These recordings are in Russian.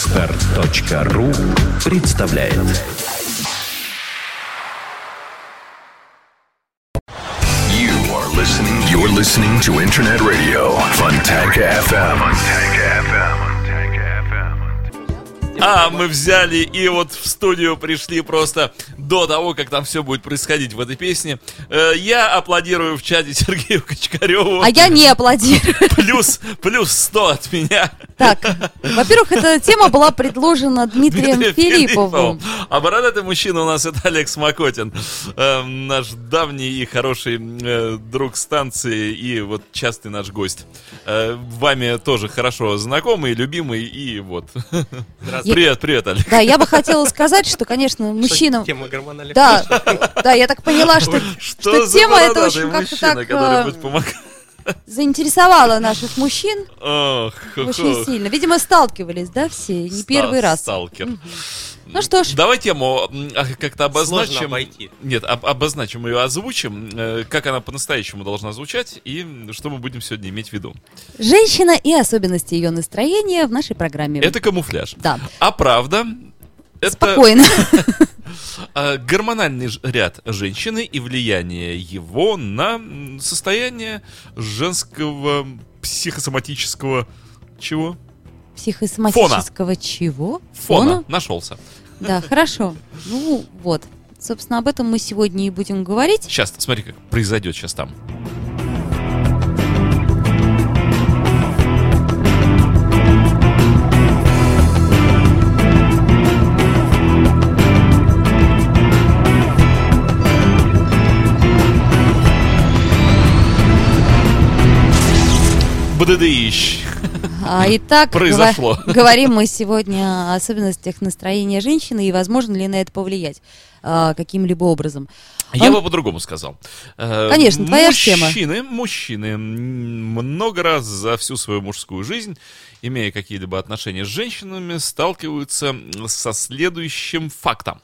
Отстар.ру представляет You are listening, you're listening to Internet Radio Funtech FM. А мы взяли и вот в студию пришли просто до того, как там все будет происходить в этой песне. Э, Я аплодирую в чате Сергею Кочкареву. А я не аплодирую. Плюс, плюс 100 от меня. Так, во-первых, эта тема была предложена Дмитрием Дмитрию Филипповым. А бородатый мужчина у нас это Алекс Макотин. Э, Наш давний и хороший э, друг станции и вот частый наш гость. Э, Вами тоже хорошо знакомый, любимый и вот. Привет, привет, Алекс. Да, я бы хотела сказать, что, конечно, мужчинам... Тема гормональных. Да, да, я так поняла, что, что за тема эта бородатый очень как-то мужчина, так который э, будет помогать? заинтересовала наших мужчин Ох, очень сильно. Видимо, сталкивались, да, все, не первый раз. Сталкер. Ну что ж, Давай тему м, а, как-то обозначим. Сложно обойти. Нет, об- обозначим ее, озвучим, э, как она по-настоящему должна звучать и м, что мы будем сегодня иметь в виду. женщина и особенности ее настроения в нашей программе. Это камуфляж. Да, А правда, это спокойно. а, гормональный ж- ряд женщины и влияние его на м, состояние женского психосоматического чего? Психосоматического чего? Фона. Нашелся. Да, хорошо. Ну, вот. Собственно, об этом мы сегодня и будем говорить. Сейчас, смотри, как произойдет сейчас там. БДДищ. А, Итак, Произошло. гова- говорим мы сегодня о особенностях настроения женщины и возможно ли на это повлиять а, каким-либо образом. Я Он- бы по-другому сказал. Э, А? Конечно, твоя ж тема. Мужчины, мужчины м, много раз за всю свою мужскую жизнь, имея какие-либо отношения с женщинами, сталкиваются м, со следующим фактом.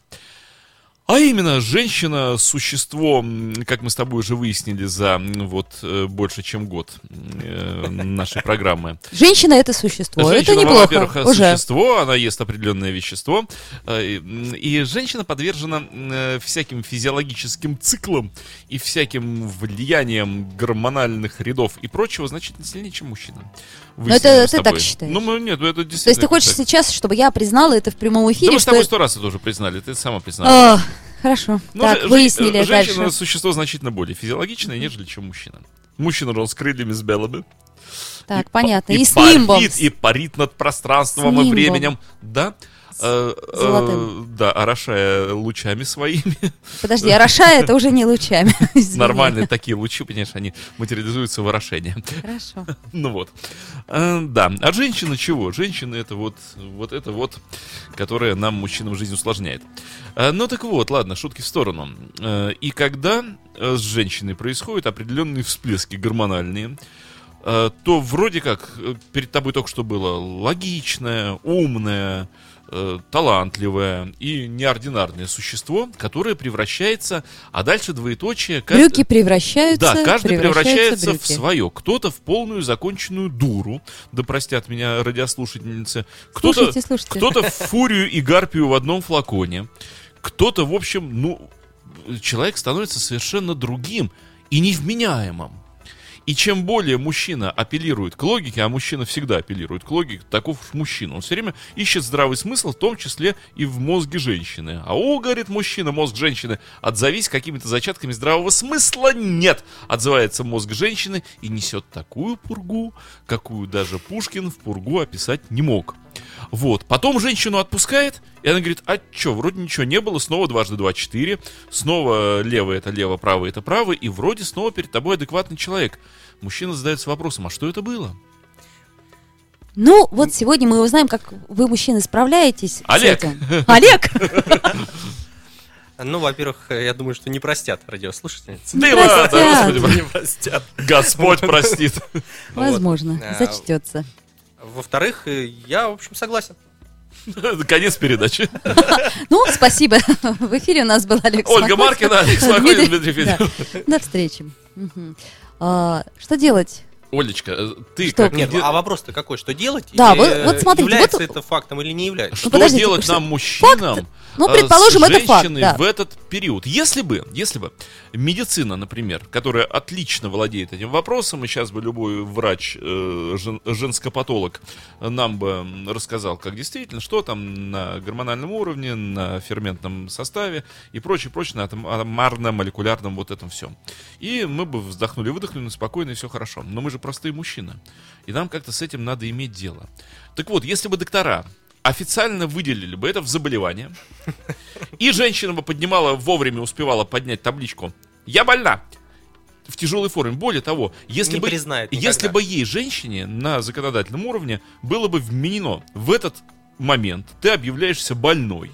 А именно, женщина – существо, м, как мы с тобой уже выяснили за м, вот э, больше, чем год э, нашей программы. Женщина это существо, Ну, Женщина, это во- неплохо Во-первых, уже. существо, она ест определенное вещество. э, И и женщина подвержена э, всяким физиологическим циклам и всяким влияниям гормональных рядов и прочего значительно сильнее, чем мужчина. Выяснили Ну, это мы с ты тобой. так считаешь? Ну, мы- нет, ну, это действительно... То есть ты хочешь так. сейчас, чтобы я признала это в прямом Да эфире, мы с что тобой это- сто раз это уже признали, ты сама признала. А, Хорошо. Ну, так, же- выяснили же- Женщина дальше. существо значительно более физиологичное, нежели чем мужчина. Мужчина, он с крыльями, с белыми. И Так, па- понятно. И, с парит, нимбом. И парит над пространством и С временем. Да. Э, э, золотым. да, орошая лучами своими. Подожди, Араша это уже не лучами. Извини. Нормальные такие лучи, понимаешь, они материализуются в орошении. Хорошо. Ну вот. Э, Да. А женщина чего? Женщина это вот, вот это вот, которая нам, мужчинам, жизнь усложняет. Э, Ну так вот, ладно, шутки в сторону. Э, И когда э, с женщиной происходят определенные всплески гормональные, э, то вроде как э, перед тобой только что было логичное, умное, э, талантливое и неординарное существо, которое превращается, а дальше двоеточие... как- Брюки превращаются. да, каждый превращаются превращается в брюки. свое. Кто-то в полную законченную дуру, да простят меня радиослушательницы. Кто-то, Слушайте, слушайте. кто-то в фурию и гарпию в одном флаконе. Кто-то, в общем, ну, человек становится совершенно другим и невменяемым. И чем более мужчина апеллирует к логике, а мужчина всегда апеллирует к логике, таков уж мужчина. Он все время ищет здравый смысл, в том числе и в мозге женщины. А о, говорит мужчина, мозг женщины, отзовись какими-то зачатками здравого смысла нет. Отзывается мозг женщины и несет такую пургу, какую даже Пушкин в пургу описать не мог. Вот. Потом женщину отпускает, и она говорит, а чё, вроде ничего не было, снова дважды два четыре, снова лево это лево, право это право, и вроде снова перед тобой адекватный человек. Мужчина задается вопросом, а что это было? Ну, вот сегодня мы узнаем, как вы, мужчины, справляетесь Олег! с этим. Олег! Ну, во-первых, я думаю, что не простят радиослушательницы. Да и Простят. ладно, господи, Не простят. Господь простит. Возможно, А, зачтется. Во-вторых, э, я, в общем, согласен. Конец передачи. Ну, спасибо. В эфире у нас была Олег Ольга Смоковская. Маркина, Алекс Маконин, Дмитрий Федоров. Да. До встречи. Мгм. А, Что делать? Олечка, э, ты Что? как Нет, де- а вопрос-то какой, что делать? Да, И, вот- э, вот смотрите, Является вот- это фактом или не является? что подождите, делать что- нам, мужчинам, Ну, э, предположим, с это факт, женщиной да. в этот период? Если бы, если бы медицина, например, которая отлично владеет этим вопросом, и сейчас бы любой врач, э, жен- женскопатолог э, нам бы м, рассказал, как действительно, что там на гормональном уровне, на ферментном составе и прочее, прочее, на атом- атомарно-молекулярном вот этом всем. И мы бы вздохнули, выдохнули спокойно, и все хорошо. Но мы же простые мужчины, и нам как-то с этим надо иметь дело. Так вот, если бы доктора официально выделили бы это в заболевание, и женщина бы поднимала вовремя, успевала поднять табличку. Я больна. В тяжелой форме. Более того, если Не бы, признает никогда. если бы ей, женщине, на законодательном уровне было бы вменено, в этот момент ты объявляешься больной,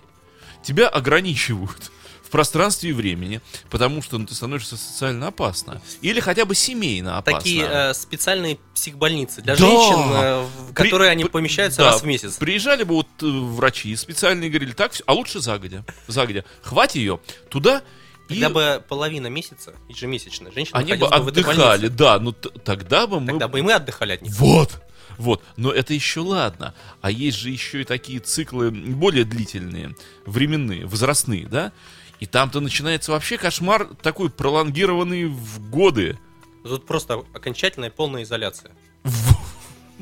тебя ограничивают в пространстве и времени, потому что ну, ты становишься социально опасна. Или хотя бы семейно опасна. Такие э, специальные психбольницы для Да. женщин, э, в При- которые они п- помещаются да, раз в месяц. Приезжали бы вот э, врачи специальные, говорили, так, всё, а лучше загодя, загодя. Хватит ее туда и Тогда бы половина месяца, ежемесячно, женщина они бы находилась в этой отдыхали, больнице. да, но т- тогда бы мы... Тогда бы и мы отдыхали от них. Вот! Вот, но это еще ладно. А есть же еще и такие циклы более длительные, временные, возрастные, да? И там-то начинается вообще кошмар такой пролонгированный в годы. Тут просто окончательная полная изоляция.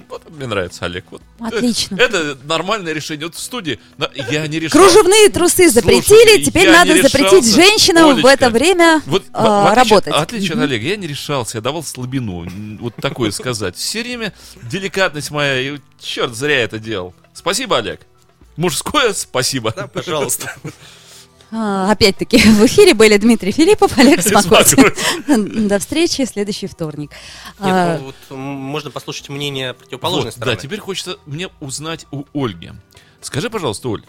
Вот мне нравится, Олег. Вот. Отлично. Это, это нормальное решение. Вот в студии на- я не решал. Кружевные трусы запретили, Слушайте, теперь я надо не запретить решался. женщинам в Олечка, это время Вот, в- а, в отличие- работать. В отличие от Олега, я не решался, я давал слабину. м, Вот такое сказать. Все время деликатность моя, и черт, зря я это делал. Спасибо, Олег. Мужское спасибо. Да, пожалуйста. А, Опять-таки, в эфире были Дмитрий Филиппов, Олег Смоковский. Смоковский. До встречи, следующий вторник. А, Нет, ну, вот, м, можно послушать мнение Вот, противоположной да, стороны. теперь хочется мне узнать у Ольги. Скажи, пожалуйста, Оль,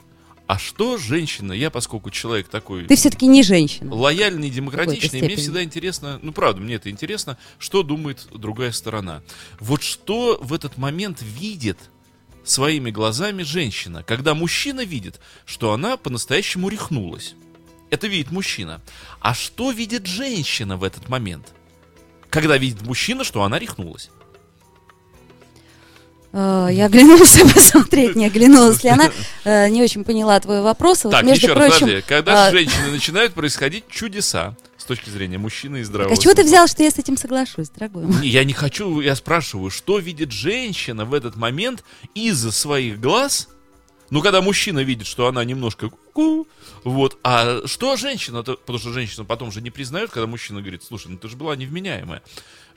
а что женщина, я поскольку человек такой Ты все-таки не женщина. лояльный, демократичный. какой-то Мне степени. всегда интересно, ну правда, мне это интересно, что думает другая сторона. Вот что в этот момент видит своими глазами женщина, когда мужчина видит, что она по-настоящему рехнулась. Это видит мужчина. А что видит женщина в этот момент? Когда видит мужчина, что она рехнулась. А, Я оглянулся посмотреть, не оглянулась ли она. Э, Не очень поняла твой вопрос. Вот, так, между еще раз, прочим, подожди. когда а, с женщиной начинают происходить чудеса с точки зрения мужчины и здравого так, а с чего ты смысла? взял, что я с этим соглашусь, дорогой мой? Не, Я не хочу, я спрашиваю, что видит женщина в этот момент из-за своих глаз? Ну, когда мужчина видит, что она немножко ку вот, а что женщина-то, потому что женщина потом же не признает, когда мужчина говорит, слушай, ну ты же была невменяемая.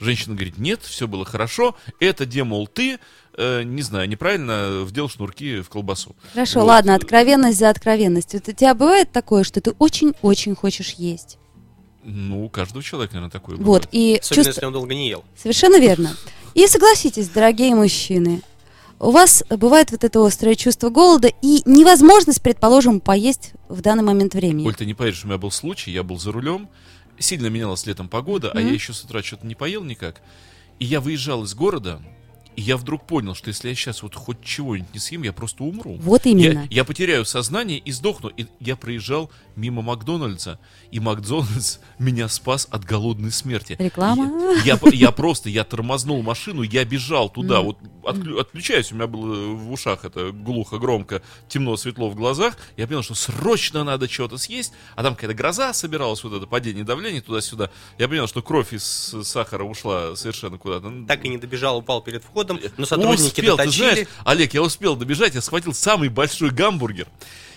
Женщина говорит, нет, все было хорошо, это, где, мол, ты, э, не знаю, неправильно вдел шнурки в колбасу. Хорошо, Вот. ладно, откровенность за откровенность. Вот у тебя бывает такое, что ты очень-очень хочешь есть? Ну, у каждого человека, наверное, такое Вот, бывает. и Особенно, чувство... если он долго не ел. Совершенно верно. И согласитесь, дорогие мужчины, у вас бывает вот это острое чувство голода и невозможность, предположим, поесть в данный момент времени. Оль, ты не поверишь, у меня был случай, я был за рулем, сильно менялась летом погода, а я еще с утра что-то не поел никак. И я выезжал из города, и я вдруг понял, что если я сейчас вот хоть чего-нибудь не съем, я просто умру. Вот Я, именно. я потеряю сознание и сдохну. И я проезжал мимо Макдональдса, и Макдональдс меня спас от голодной смерти. Реклама. Я, я по- я просто, я тормознул машину, я бежал туда, вот отклю- отключаюсь, у меня было э, в ушах это глухо, громко, темно, светло в глазах, я понял, что срочно надо чего-то съесть, а там какая-то гроза собиралась, вот это падение давления туда-сюда, я понял, что кровь из сахара ушла совершенно куда-то. Так и не добежал, упал перед входом, но сотрудники Э, успел, ты доточили. знаешь, Олег, я успел добежать, я схватил самый большой гамбургер.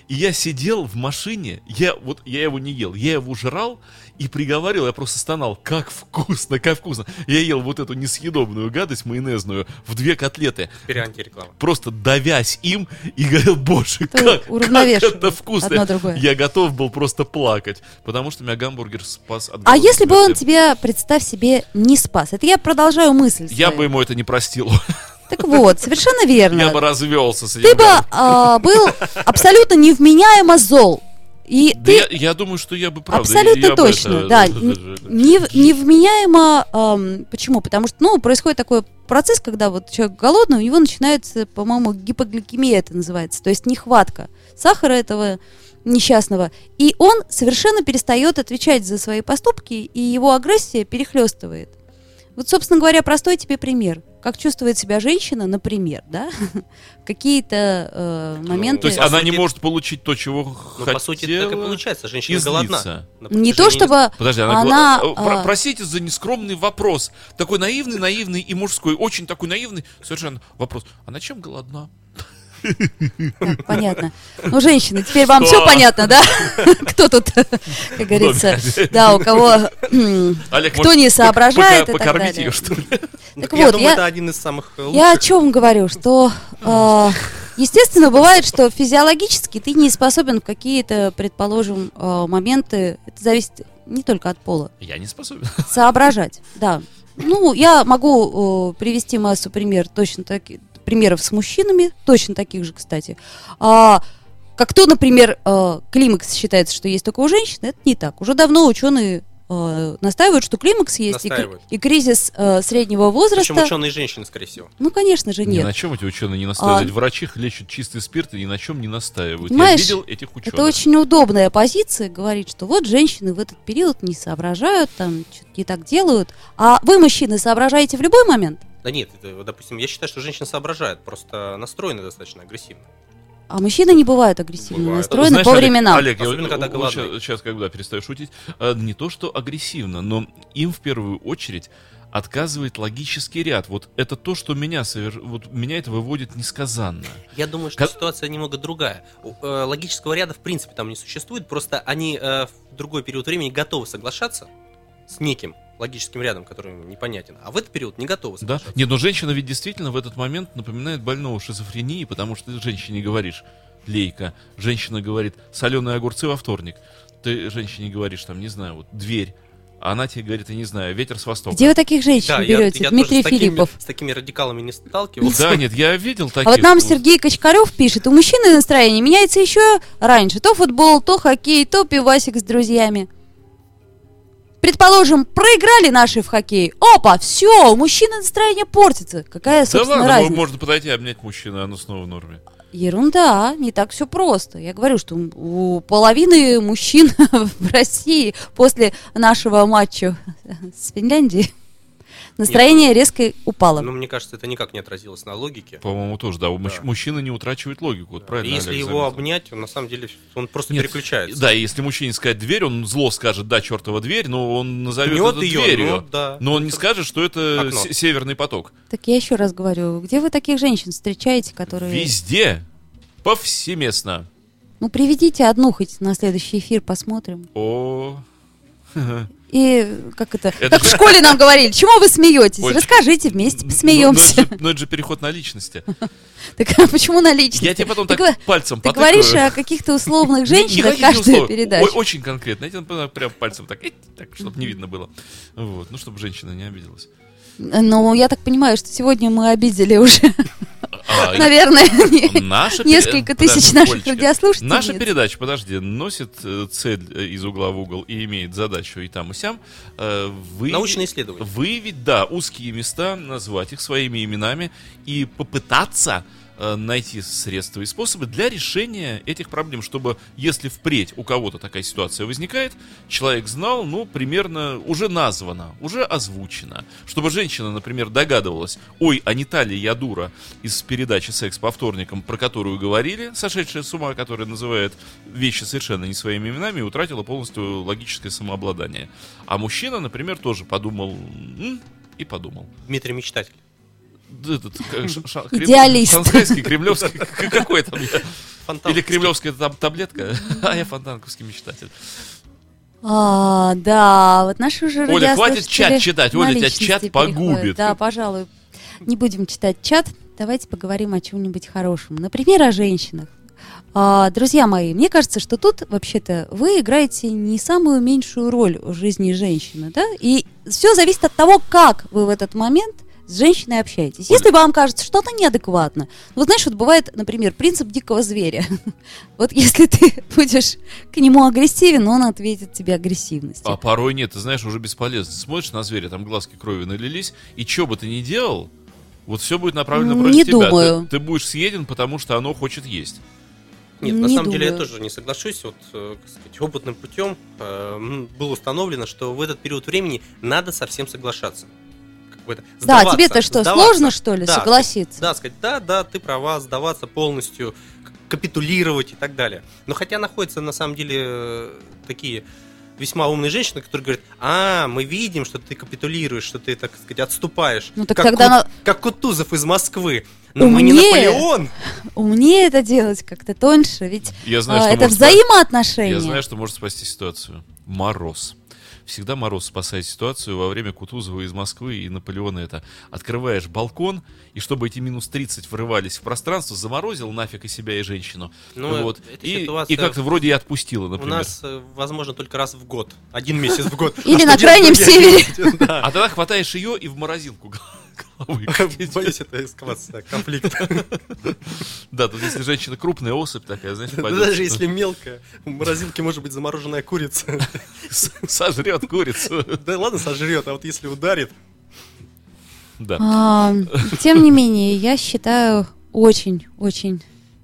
И я сидел в машине, я вот я его не ел, я его жрал и приговаривал, я просто стонал, как вкусно, как вкусно. Я ел вот эту несъедобную гадость майонезную в две котлеты, Теперь антиреклама. просто давясь им и говорил, боже, как, как уравновешивает это вкусно. одно другое. Я готов был просто плакать, потому что меня гамбургер спас от А голодной если бы он смерти. тебя, представь себе, не спас? Это я продолжаю мысль. Я свою. бы ему это не простил, Так вот, совершенно верно. я бы развелся с Ты этим бы а, был абсолютно невменяемо зол. И Да ты я, я думаю, что я бы правда. Абсолютно я бы точно, это- да. это же- Не, невменяемо. эм, почему? Потому что, ну, происходит такой процесс, когда вот человек голодный, у него начинается, по-моему, гипогликемия это называется, то есть нехватка сахара этого несчастного. И он совершенно перестает отвечать за свои поступки, и его агрессия перехлестывает. Вот, собственно говоря, простой тебе пример. Как чувствует себя женщина, например, да? Какие-то э, моменты... Ну, То есть а, По она не сути- может получить то, чего Ну, хотела. по сути, так и получается. и Женщина голодна. злится. на не то протяжении- чтобы... Подожди, она, Она, гла- э, про- а- Простите за нескромный вопрос. Такой наивный, наивный и мужской. Очень такой наивный совершенно вопрос. Она чем голодна? Так, понятно. Ну, женщины, теперь вам Что? все понятно, да? Кто тут, э, как говорится, да, у кого... м, Олег, Кто может, не пока- соображает пока и так покормить далее. ее, что ли? Ну, Так я вот, думаю, я- это один из самых лучших. Я о чем говорю, что, э, естественно, бывает, что физиологически ты не способен в какие-то, предположим, э, моменты, это зависит не только от пола, Я не способен. соображать, да. Ну, я могу э, привести массу пример, точно таки, примеров с мужчинами, точно таких же, кстати. А, как то, например, э, климакс считается, что есть только у женщин, это не так. Уже давно ученые э, настаивают, что климакс есть, и, кри- Настаивают. и кризис э, среднего возраста. Причем ученые женщины, скорее всего. Ну, конечно же, Ни нет. на чем эти ученые не настаивают. А- Врачи лечат чистый спирт и ни на чем не настаивают. Я Понимаешь, видел этих ученых. Это очень удобная позиция, говорить, что вот женщины в этот период не соображают, там что-то не так делают. А вы, мужчины, соображаете в любой момент? Да нет, это, вот, допустим, я считаю, что женщина соображает, просто настроена достаточно агрессивно. А мужчины не бывают агрессивно Бывают. настроены Знаешь, по Олег- временам. Олег, я Особенно, вот когда лучше голодный. сейчас, когда перестаю шутить, а, не то что агрессивно, но им в первую очередь отказывает логический ряд. Вот это то, что меня совер- вот меня это выводит несказанно. Я думаю, что Как- ситуация немного другая. У, э, Логического ряда в принципе там не существует, просто они э, в другой период времени готовы соглашаться с неким логическим рядом, который им непонятен, а в этот период не готовы Да? соглашаться. Нет, но женщина ведь действительно в этот момент напоминает больного шизофрении, потому что ты женщине говоришь лейка, женщина говорит соленые огурцы во вторник, ты женщине говоришь там, не знаю, вот дверь, а она тебе говорит, я не знаю, ветер с востока. Где вы таких женщин Да, я- берете, я тоже Дмитрий с такими- Филиппов? С такими радикалами не Вот, сталкивался. Да, нет, я видел таких. А вот нам ну, Сергей Кочкарев пишет, у мужчины настроение меняется еще раньше. То футбол, то хоккей, то пивасик с друзьями. Предположим, проиграли наши в хоккей. Опа, все, у мужчины настроение портится. Какая, Да собственно, ладно, разница? можно подойти и обнять мужчину, а оно снова в норме. Ерунда, не так все просто. Я говорю, что у половины мужчин в России после нашего матча с Финляндией ну, настроение резко упало. Но мне кажется, это никак не отразилось на логике. По-моему, тоже, да. У мужч- Да. Мужчина не утрачивает логику, вот правильно. И если Олег его заметил. обнять, он на самом деле он просто Нет, переключается. Да, и если мужчине сказать дверь, он зло скажет, да, чертова дверь, но он назовет Пнёт это её, дверью. ну, да. Но он не скажет, что это Окно. се- северный поток. Так я еще раз говорю, где вы таких женщин встречаете, которые... Везде, повсеместно. Ну, приведите одну хоть на следующий эфир, посмотрим. О, И как это... Это как же- Ну, в школе нам говорили, чему вы смеетесь? Оль, Расскажите, вместе Но, посмеемся. это, же- но это же переход на личности. Так а почему на личности? ну, Я тебе потом Ты так гва- пальцем Ты потыкаю. говоришь о каких-то условных женщинах Никаких каждую условий. передачу. О- Очень конкретно. Я тебе напоминаю, прям пальцем так, э, так чтобы не видно было. Вот, ну, чтобы женщина не обиделась. Ну, я так понимаю, что сегодня мы обидели уже, А, и- наверное, не- Наша пере- несколько подожди, тысяч наших Олечка. радиослушателей. Наша Нет. передача, подожди, носит э, цель э, из угла в угол и имеет задачу и там, и сям. э, Вы... Научные исследования. Выявить, да, узкие места, назвать их своими именами и попытаться э, найти средства и способы для решения этих проблем, чтобы, если впредь у кого-то такая ситуация возникает, человек знал, ну, примерно уже названо, уже озвучено. Чтобы женщина, например, догадывалась, ой, а не та ли я дура из передачи «Секс по вторникам», про которую говорили, сошедшая с ума, которая называет вещи совершенно не своими именами и утратила полностью логическое самообладание. А мужчина, например, тоже подумал «М», и подумал. Дмитрий мечтатель. Да Этот, как ша- ша- Идеалист. Шанхайский, кремлевский, к- какой там я? Фантастика. Или кремлевская там таблетка, а я фонтанковский мечтатель. А, да, вот наши уже Оля, хватит радиослушатели чат читать. Оля, на тебя личности чат переходят. погубит. Да, пожалуй. Не будем читать чат. Давайте поговорим о чем-нибудь хорошем. Например, о женщинах. А, друзья мои, мне кажется, что тут вообще-то вы играете не самую меньшую роль в жизни женщины, да? И все зависит от того, как вы в этот момент с женщиной общаетесь. Если вам кажется, что она неадекватна, вот знаешь, вот бывает, например, принцип дикого зверя. Вот если ты будешь к нему агрессивен, он ответит тебе агрессивностью. А порой нет, ты знаешь, уже бесполезно. Смотришь на зверя, там глазки крови налились, и что бы ты ни делал, вот все будет направлено против Не тебя. Ты- думаю. Ты, будешь съеден, потому что оно хочет есть. Нет, на Не самом деле я думаю. тоже не соглашусь. Вот, э, как сказать, опытным путем э, м, было установлено, что в этот период времени надо совсем соглашаться. какой-то. Да, а Сдаваться, тебе-то что, сдаваться. сложно, что ли, Да, согласиться? Да, сказать, да, да, ты права, сдаваться полностью, к- капитулировать и так далее. Но хотя находятся на самом деле э, такие весьма умные женщины, которые говорят, а, мы видим, что ты капитулируешь, что ты, так сказать, отступаешь. Ну так как тогда Кут- на- Как Кутузов из Москвы. Но мы не Умнее. Наполеон. Умнее это делать как-то тоньше, ведь Я знаю, а, что это может спа- взаимоотношения. Я знаю, что может спасти ситуацию. Мороз. Всегда мороз спасает ситуацию во время Кутузова из Москвы и Наполеона это. Открываешь балкон, и чтобы эти минус 30 врывались в пространство, заморозил нафиг и себя, и женщину. Ну, вот. эта и, ситуация- и как-то вроде и отпустила, например. У нас, э, возможно, только раз в год. Один месяц в год. Или А на что делать крайнем другие? севере. Да. А тогда хватаешь ее и в морозилку головы. Боюсь, это эскалация конфликта. Да, тут если женщина крупная, особь такая, знаешь, Ну, пойдет, Даже если мелкая, в морозилке может быть замороженная курица. с- сожрет курицу. Да ладно, сожрет, а вот если ударит... Да. А, Тем не менее, я считаю очень-очень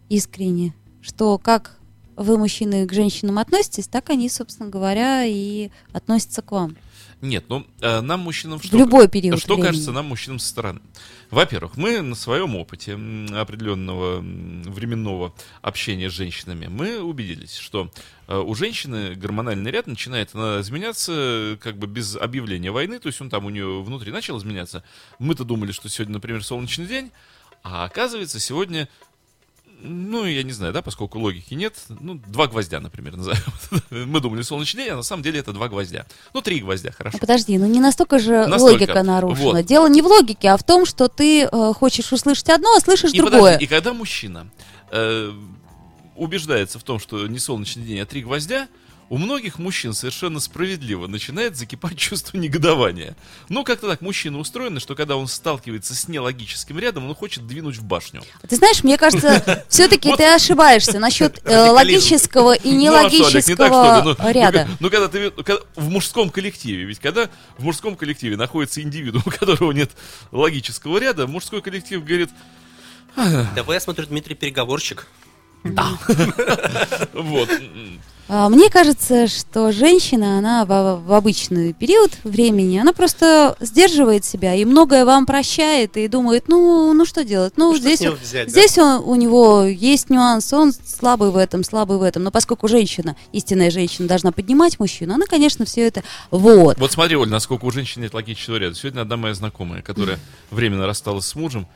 искренне, что как вы, мужчины, к женщинам относитесь, так они, собственно говоря, и относятся к вам. Нет, ну, э, нам, мужчинам, В что... любой период Что времени. кажется нам, мужчинам, со стороны? Во-первых, мы на своем опыте м, определенного м, временного общения с женщинами, мы убедились, что э, у женщины гормональный ряд начинает она изменяться э, как бы без объявления войны, то есть он там у нее внутри начал изменяться. Мы-то думали, что сегодня, например, солнечный день, а оказывается, сегодня ну, я не знаю, да, поскольку логики нет. Ну, два гвоздя, например, назовем. Мы думали солнечный день, а на самом деле это два гвоздя. Ну, три гвоздя, хорошо. Ну, подожди, ну не настолько же Настолько. логика нарушена. Вот. Дело не в логике, а в том, что ты э, хочешь услышать одно, а слышишь И другое. подожди, и когда мужчина э, убеждается в том, что не солнечный день, а три гвоздя, у многих мужчин совершенно справедливо начинает закипать чувство негодования. Ну, как-то так мужчина устроен, что когда он сталкивается с нелогическим рядом, он хочет двинуть в башню. Ты знаешь, мне кажется, все-таки Вот. ты ошибаешься насчет э, Радикализм. логического и Ну, а что, Олег, не так, что ли? нелогического Ну, ряда. Ну, когда ты вид- когда- в мужском коллективе, ведь когда в мужском коллективе находится индивидуум, у которого нет логического ряда, мужской коллектив говорит, Давай я смотрю, Дмитрий переговорщик. вот, м, А, Мне кажется, что женщина, она в, в обычный период времени, она просто сдерживает себя и многое вам прощает и думает, ну, ну что делать, ну, Ну, что здесь, с него он- взять, да? здесь он- у него есть нюанс, он слабый в этом, слабый в этом, но поскольку женщина, истинная женщина должна поднимать мужчину, она, конечно, все это вот. Вот смотри, Оль, насколько у женщин нет логического ряда. Сегодня одна моя знакомая, которая временно рассталась с мужем,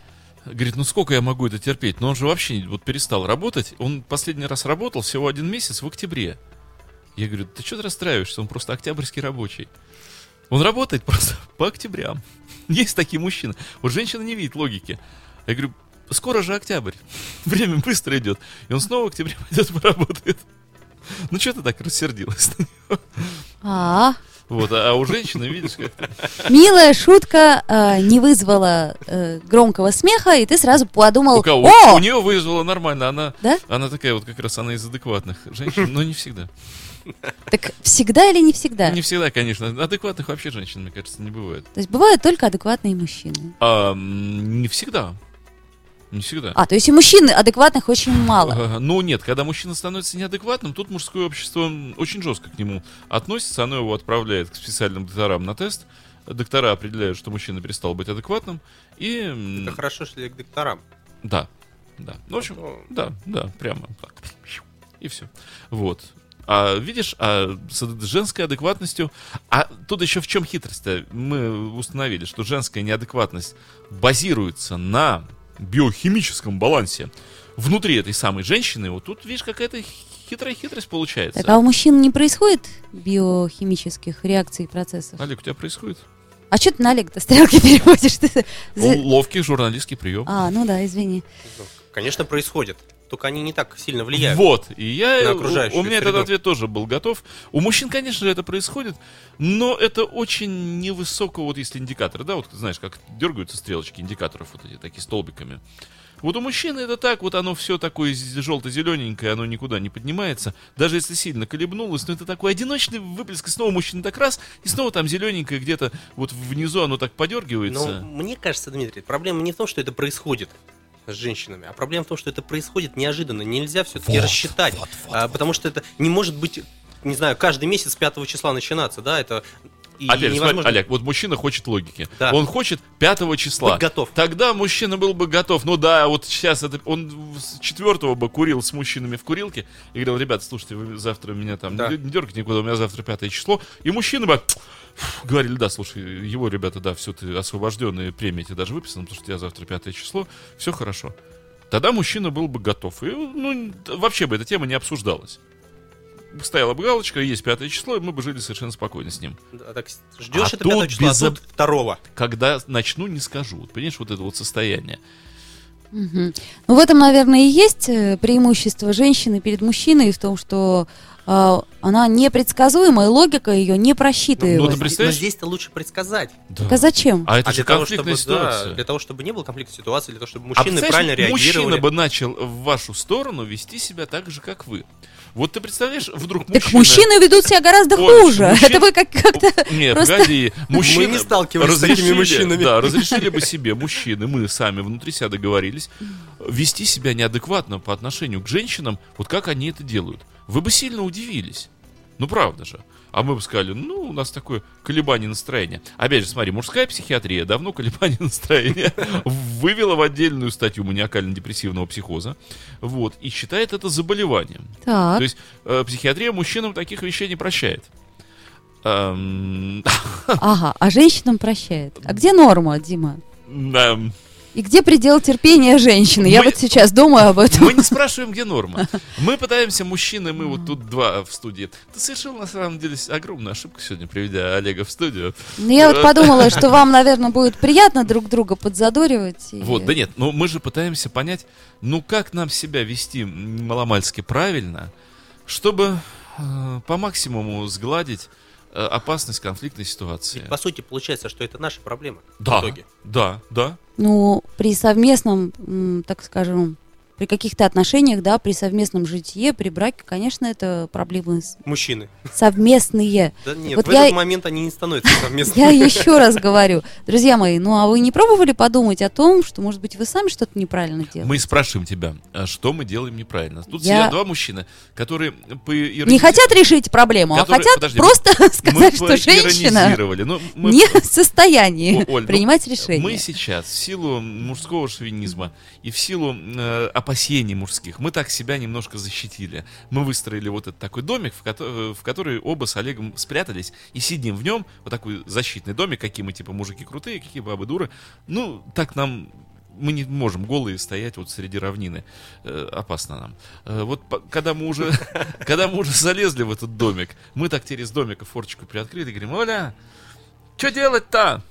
говорит, ну сколько я могу это терпеть? Но он же вообще не- вот перестал работать. Он последний раз работал всего один месяц в октябре. Я говорю, ты что ты расстраиваешься? Он просто октябрьский рабочий. Он работает просто по октябрям. Есть такие мужчины. Вот женщина не видит логики. Я говорю, скоро же октябрь. Время быстро идет. И он снова в октябре пойдет поработает. Ну что ты так рассердилась? А, Вот, а а у женщины, видишь, как милая шутка э, не вызвала э, громкого смеха, и ты сразу подумал, У кого? о, У нее вызвало нормально. Она, Да? она такая вот как раз, она из адекватных женщин, но не всегда. так всегда или не всегда? Не всегда, конечно. Адекватных вообще женщин, мне кажется, не бывает. То есть бывают только адекватные мужчины. А, м, не всегда. Не всегда. А, то есть и мужчин адекватных очень мало. Э, Ну нет, когда мужчина становится неадекватным, тут мужское общество м, очень жестко к нему относится, оно его отправляет к специальным докторам на тест. Доктора определяют, что мужчина перестал быть адекватным. И м, Это хорошо, что я к докторам. Да, да. Ну, в общем, Ну, да, да, прямо так. И все. Вот. А видишь, а с ад- женской адекватностью... А тут еще в чем хитрость-то? Мы установили, что женская неадекватность базируется на биохимическом балансе внутри этой самой женщины. Вот тут, видишь, какая-то хитрая хитрость получается. Так, а у мужчин не происходит биохимических реакций и процессов? Олег, у тебя происходит А что ты на Олег-то стрелки переводишь? Ты за- л- ловкий журналистский прием. А, ну да, извини. ну, Конечно, происходит. Только они не так сильно влияют. Вот, и я, На у- окружающую у меня этот среду. ответ тоже был готов. У мужчин, конечно же, это происходит, но это очень невысокого, вот если индикатор, да, вот знаешь, как дергаются стрелочки индикаторов вот эти, такие столбиками. Вот у мужчины это так, вот оно все такое з- желто-зелененькое, оно никуда не поднимается, даже если сильно колебнулось, но это такой одиночный выплеск, и снова мужчина так раз, и снова там зелененькое где-то вот внизу оно так Но подергивается. мне кажется, Дмитрий, проблема не в том, что это происходит с женщинами, а проблема в том, что это происходит неожиданно. Нельзя все-таки рассчитать. а, потому что это не может быть, не знаю, каждый месяц 5 числа начинаться, да, это и Опять, же, смотри, невозможно Олег, вот мужчина хочет логики. Да. Он хочет 5 числа. быть готов. Тогда мужчина был бы готов. Ну да, вот сейчас это он с четвертого бы курил с мужчинами в курилке и говорил, ребят, слушайте, вы завтра меня там Да. не, дё- не дергайте никуда, у меня завтра пятое число. И мужчины бы фу, говорили, да, слушай, его ребята, да, все, ты освобожденные премии тебе даже выписаны, потому что у тебя завтра пятое число, все хорошо. Тогда мужчина был бы готов. И, ну, вообще бы эта тема не обсуждалась. Стояла бы галочка, есть пятое число, и мы бы жили совершенно спокойно с ним Да, так ждешь А это тут пятого числа, а безоб- тут второго. когда начну, не скажу. Вот, понимаешь, вот это вот состояние. Мгм. Ну, в этом, наверное, и есть э, преимущество женщины перед мужчиной в том, что э, она непредсказуема, и логика ее не Ну, просчитывает. ты Зде- представляешь? Но здесь-то лучше предсказать. Да. Так а зачем? А это а же для того, конфликтная чтобы, да, ситуация. для того, чтобы не было конфликтной ситуации, для того, чтобы А мужчины представляешь, правильно реагировали. мужчина бы начал в вашу сторону вести себя так же, как вы. Вот ты представляешь, вдруг мужчина... Так мужчины ведут себя гораздо Олечка, хуже. мужчина- Это вы как- как-то... Нет, просто- погоди. Мужчины не сталкивались с такими разрешили- мужчинами. Да, разрешили бы себе мужчины, мы сами внутри себя договорились, вести себя неадекватно по отношению к женщинам, вот как они это делают. Вы бы сильно удивились. Ну, правда же. А мы бы сказали, ну, у нас такое колебание настроения. Опять же, смотри, мужская психиатрия давно колебание настроения вывела в отдельную статью маниакально-депрессивного психоза. Вот. И считает это заболеванием. Так, То есть э, психиатрия мужчинам таких вещей не прощает. Эм, ага, а женщинам прощает. А где норма, Дима? эм, И где предел терпения женщины? Я Мы- вот сейчас думаю об этом. Мы не спрашиваем, где норма. Мы пытаемся, мужчины, мы вот тут два в студии. Ты совершил на самом деле с- огромную ошибку сегодня, приведя Олега в студию. Ну, Я вот подумала, что вам, наверное, будет приятно друг друга подзадоривать. и- Вот, да нет, но мы же пытаемся понять, ну как нам себя вести м, маломальски правильно, чтобы э, по максимуму сгладить э, опасность конфликтной ситуации. Ведь, по сути, получается, что это наша проблема Да, в итоге. да, да. Ну, при совместном, м, так скажем, при каких-то отношениях, да, при совместном житье, при браке, конечно, это проблемы с- Мужчины. совместные. Да нет, Вот в я- этот момент они не становятся Я совместными. еще раз говорю, друзья мои, ну а вы не пробовали подумать о том, что, может быть, вы сами что-то неправильно делали? Мы и спрашиваем тебя, а что мы делаем неправильно. Тут Я- сидят два мужчины, которые по Не хотят решить проблему, а Которые- хотят подожди, просто сказать, мы что женщина поиронизировали. Ну, мы не в состоянии О, Оль, ну, принимать решения. Мы сейчас в силу мужского шовинизма и в силу э, опасений мужских, мы так себя немножко защитили. Мы выстроили вот этот такой домик, в, кото- в который оба с Олегом спрятались и сидим в нем, вот такой защитный домик, какие мы типа мужики крутые, какие бабы дуры. Ну, так нам мы не можем голые стоять вот среди равнины. Э, опасно нам. Э, вот по- когда мы уже когда мы уже залезли в этот домик, мы так через домика форчику приоткрыли и говорим, Оля, что делать-то?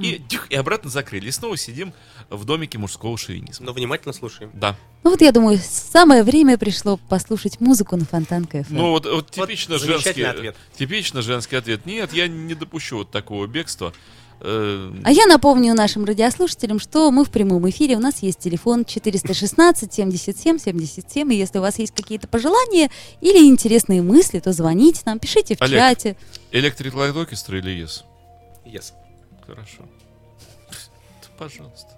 И, тих, и обратно закрыли. И снова сидим в домике мужского шовинизма. Но внимательно слушаем. Да. Ну вот я думаю, самое время пришло послушать музыку на Фонтан КФМ. Ну вот, вот типично замечательный женский ответ. Типично женский ответ. Нет, я не допущу вот такого бегства. Э, А я напомню нашим радиослушателям, что мы в прямом эфире. У нас есть телефон 416-77-77. И если у вас есть какие-то пожелания или интересные мысли, то звоните нам, пишите в Олег. чате. Electric Light Orchestra или ЕС? Yes. Хорошо. Да, Пожалуйста.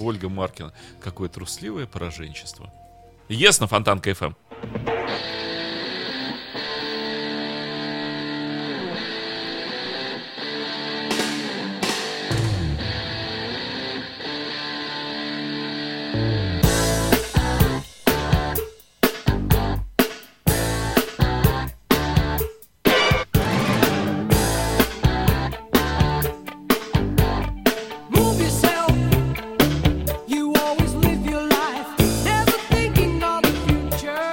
Ольга Маркина. Какое трусливое пораженчество. ЕС на Фонтан КФМ. Move yourself. You always live your life, never thinking of the future.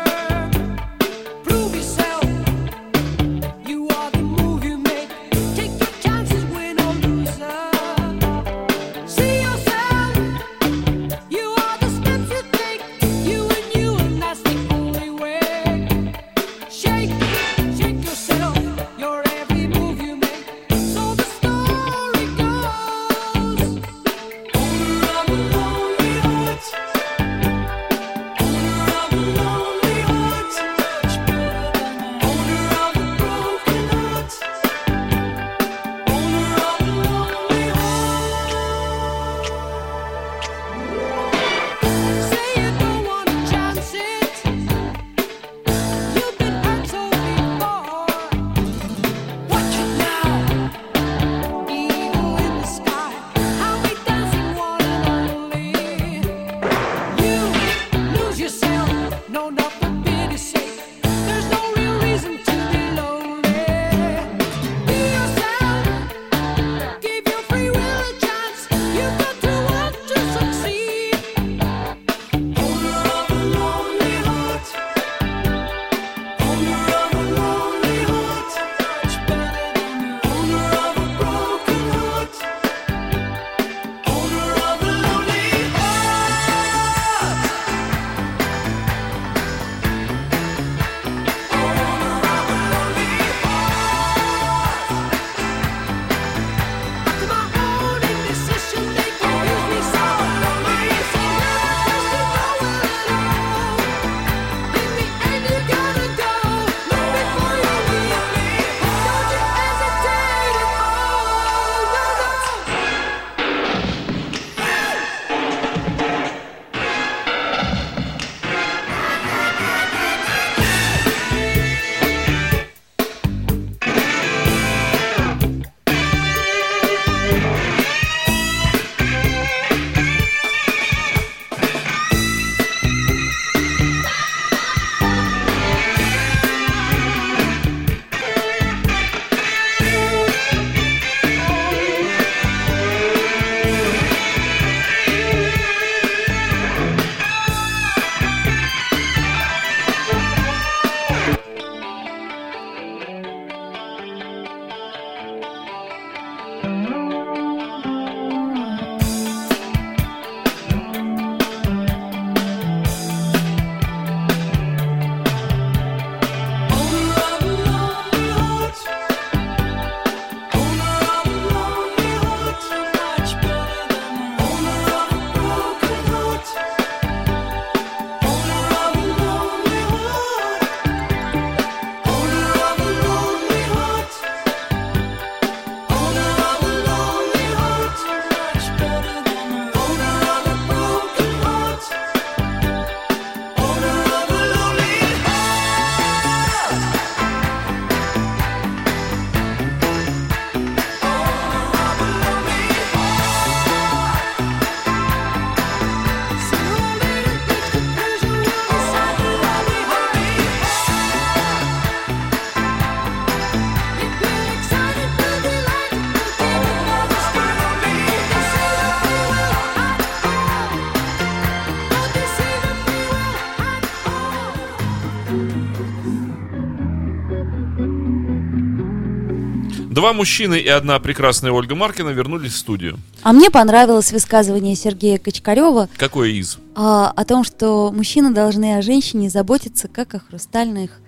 Два мужчины и одна прекрасная Ольга Маркина вернулись в студию. А мне понравилось высказывание Сергея Качкарева Какое из? а, о том, что мужчины должны о женщине заботиться как о хрустальных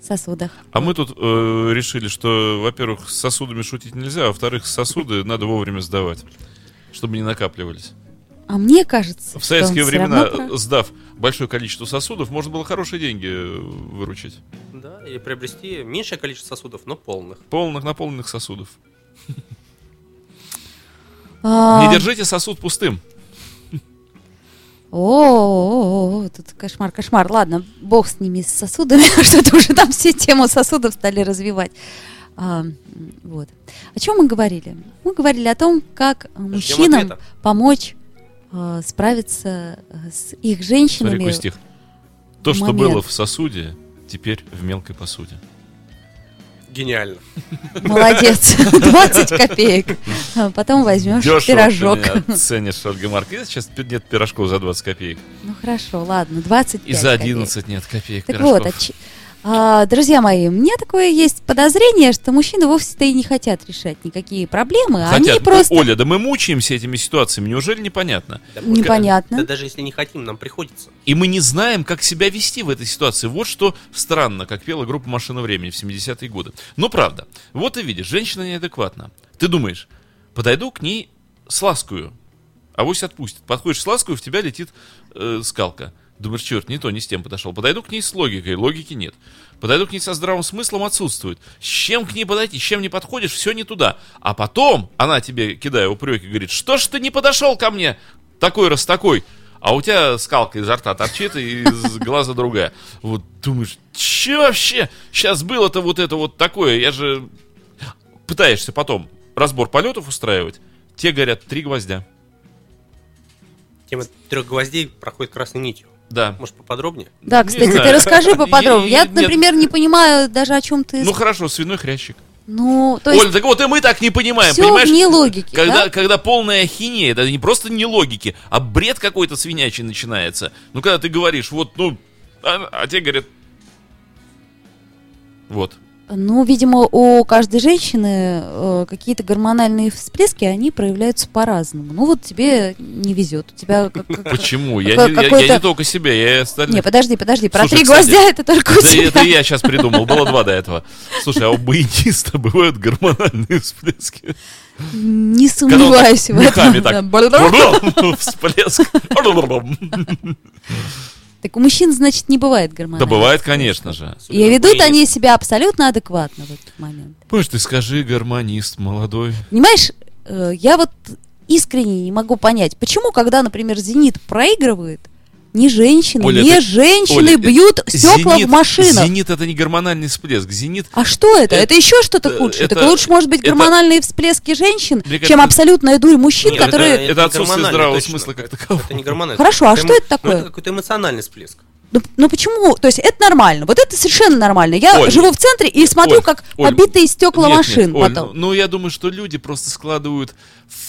сосудах. А мы тут э, решили, что, во-первых, с сосудами шутить нельзя, а во-вторых, сосуды надо вовремя сдавать, чтобы не накапливались. А мне кажется, В советские что он всё времена, равно прав. э, сдав большое количество сосудов, можно было хорошие деньги э, выручить. Да, или приобрести меньшее количество сосудов, но полных. Полных, наполненных сосудов. А, Не держите сосуд пустым. о, о, о, тут кошмар, кошмар. Ладно, бог с ними, с сосудами, что-то уже там все тему сосудов стали развивать. А, м, вот. О чем мы говорили? Мы говорили о том, как э, мужчинам ответа. помочь э, справиться э, с их Смотри, женщинами. какой стих. То, что момент. было в сосуде, теперь в мелкой посуде. Гениально. Молодец, 20 копеек. А Потом возьмешь пирожок. ты меня ценишь, Ольга Маркина. Сейчас пи- нет пирожков за 20 копеек. Ну хорошо, ладно, 25 И за копеек. 11 нет копеек Так пирожков. вот, а ч- а, друзья мои, у меня такое есть подозрение, что мужчины вовсе-то и не хотят решать никакие проблемы, а Хотят. они Ну, просто... Оля, да мы мучаемся этими ситуациями, неужели непонятно? Да, Непонятно. Да даже если не хотим, нам приходится. И мы не знаем, как себя вести в этой ситуации. Вот что странно, как пела группа «Машина времени» в 70-е годы. Но правда. Вот ты видишь, женщина неадекватна. Ты думаешь, подойду к ней с ласкою, а вось отпустит. Подходишь с ласкою, в тебя летит э, скалка. Думаешь, черт, не то, не с тем подошел. Подойду к ней с логикой, логики нет. Подойду к ней со здравым смыслом, отсутствует. С чем к ней подойти, с чем не подходишь, все не туда. А потом она тебе, кидая упреки, говорит, что ж ты не подошел ко мне, такой раз такой. А у тебя скалка изо рта торчит и из глаза другая. Вот думаешь, че вообще? Сейчас было-то вот это вот такое, я же... Пытаешься потом разбор полетов устраивать, те горят три гвоздя. Тема трех гвоздей проходит красной нитью. Да. Ну, Может, поподробнее? Да, Не кстати, ты знаю. расскажи поподробнее. Я, Нет. например, не понимаю даже, о чем ты... Ну хорошо, свиной хрящик. Ну, то Оль, есть так вот и мы так не понимаем, все понимаешь? вне логики, когда, да? когда полная ахинея, это не просто не логики, а бред какой-то свинячий начинается. Ну, когда ты говоришь, вот, ну, а, а те говорят... Вот. Ну, видимо, у каждой женщины э, какие-то гормональные всплески, они проявляются по-разному. Ну, вот тебе не везет. У тебя как- как- Почему? Я, Какой- не, я- я какой-то- не только себя, я и остальных. Не, подожди, подожди, про Слушай, три кстати, гвоздя это только у Да и тебя. это я сейчас придумал, было два до этого. Слушай, а у баяниста бывают гормональные всплески? Не Когда он так сомневаюсь в мехами этом. так. да. Всплеск. Так у мужчин, значит, не бывает гормонов. Да бывает, конечно же. Особенно И ведут гуляет. они себя абсолютно адекватно в этот момент. Помнишь, ты скажи, гармонист молодой. Понимаешь, э, я вот искренне не могу понять, почему, когда, например, «Зенит» проигрывает, не женщины, Оля, не это- женщины Оля, э, бьют стекла в машинах. Зенит это не гормональный всплеск. Зенит. А что это? Это- Это, еще что-то худшее. э, это- так лучше, может быть, это- гормональные всплески женщин, Мне кажется- чем абсолютная дурь мужчин, Нет, которые... это не отсутствие гормонально, здравого точно. смысла как Это- такового. Это не гормонально. Хорошо, а что эмо- это такое? Ну, это какой-то эмоциональный всплеск. Ну, ну почему? То есть это нормально. Вот это совершенно нормально. Я Оль, живу в центре и смотрю, Оль, как Оль, побитые стекла Нет, нет, машин Оль, потом. ну, ну, я думаю, что люди просто складывают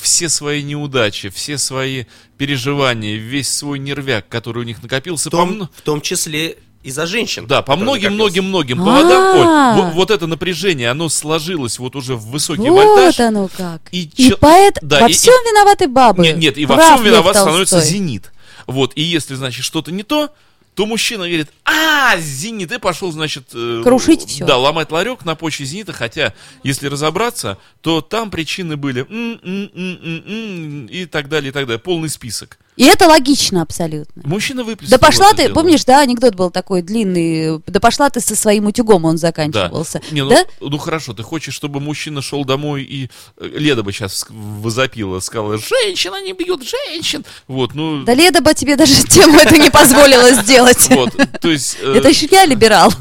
все свои неудачи, все свои переживания, весь свой нервяк, который у них накопился. В по том, мно- в том числе и за женщин. Да, по который накопился. многим-многим-многим А. поводам, Оль, вот, вот это напряжение, оно сложилось вот уже в высокий вольтаж. Вот оно как. И И, чел- поэт да, во и- всем виноваты бабы. Нет, нет, и во Прав всем Лев виноват становится Толстой. зенит. Вот, и если, значит, что-то не то, то мужчина говорит, а, зенит, и пошел, значит... э, Крушить всё. Да, ломать ларек на почве зенита, хотя, если разобраться, то там причины были м, м, м, м, м, и так далее, и так далее. Полный список. И это логично абсолютно. Мужчина выплеснул. Да пошла это ты, дело. помнишь, да, анекдот был такой длинный. Да пошла ты со своим утюгом, он Да. заканчивался. Не, ну, да? ну хорошо, ты хочешь, чтобы мужчина шел домой и э, Леда бы сейчас возопила, сказала, женщина не бьют женщин. Вот, ну... Да Леда бы тебе даже тему это не позволила сделать. Вот, то есть... э, Это еще я либерал.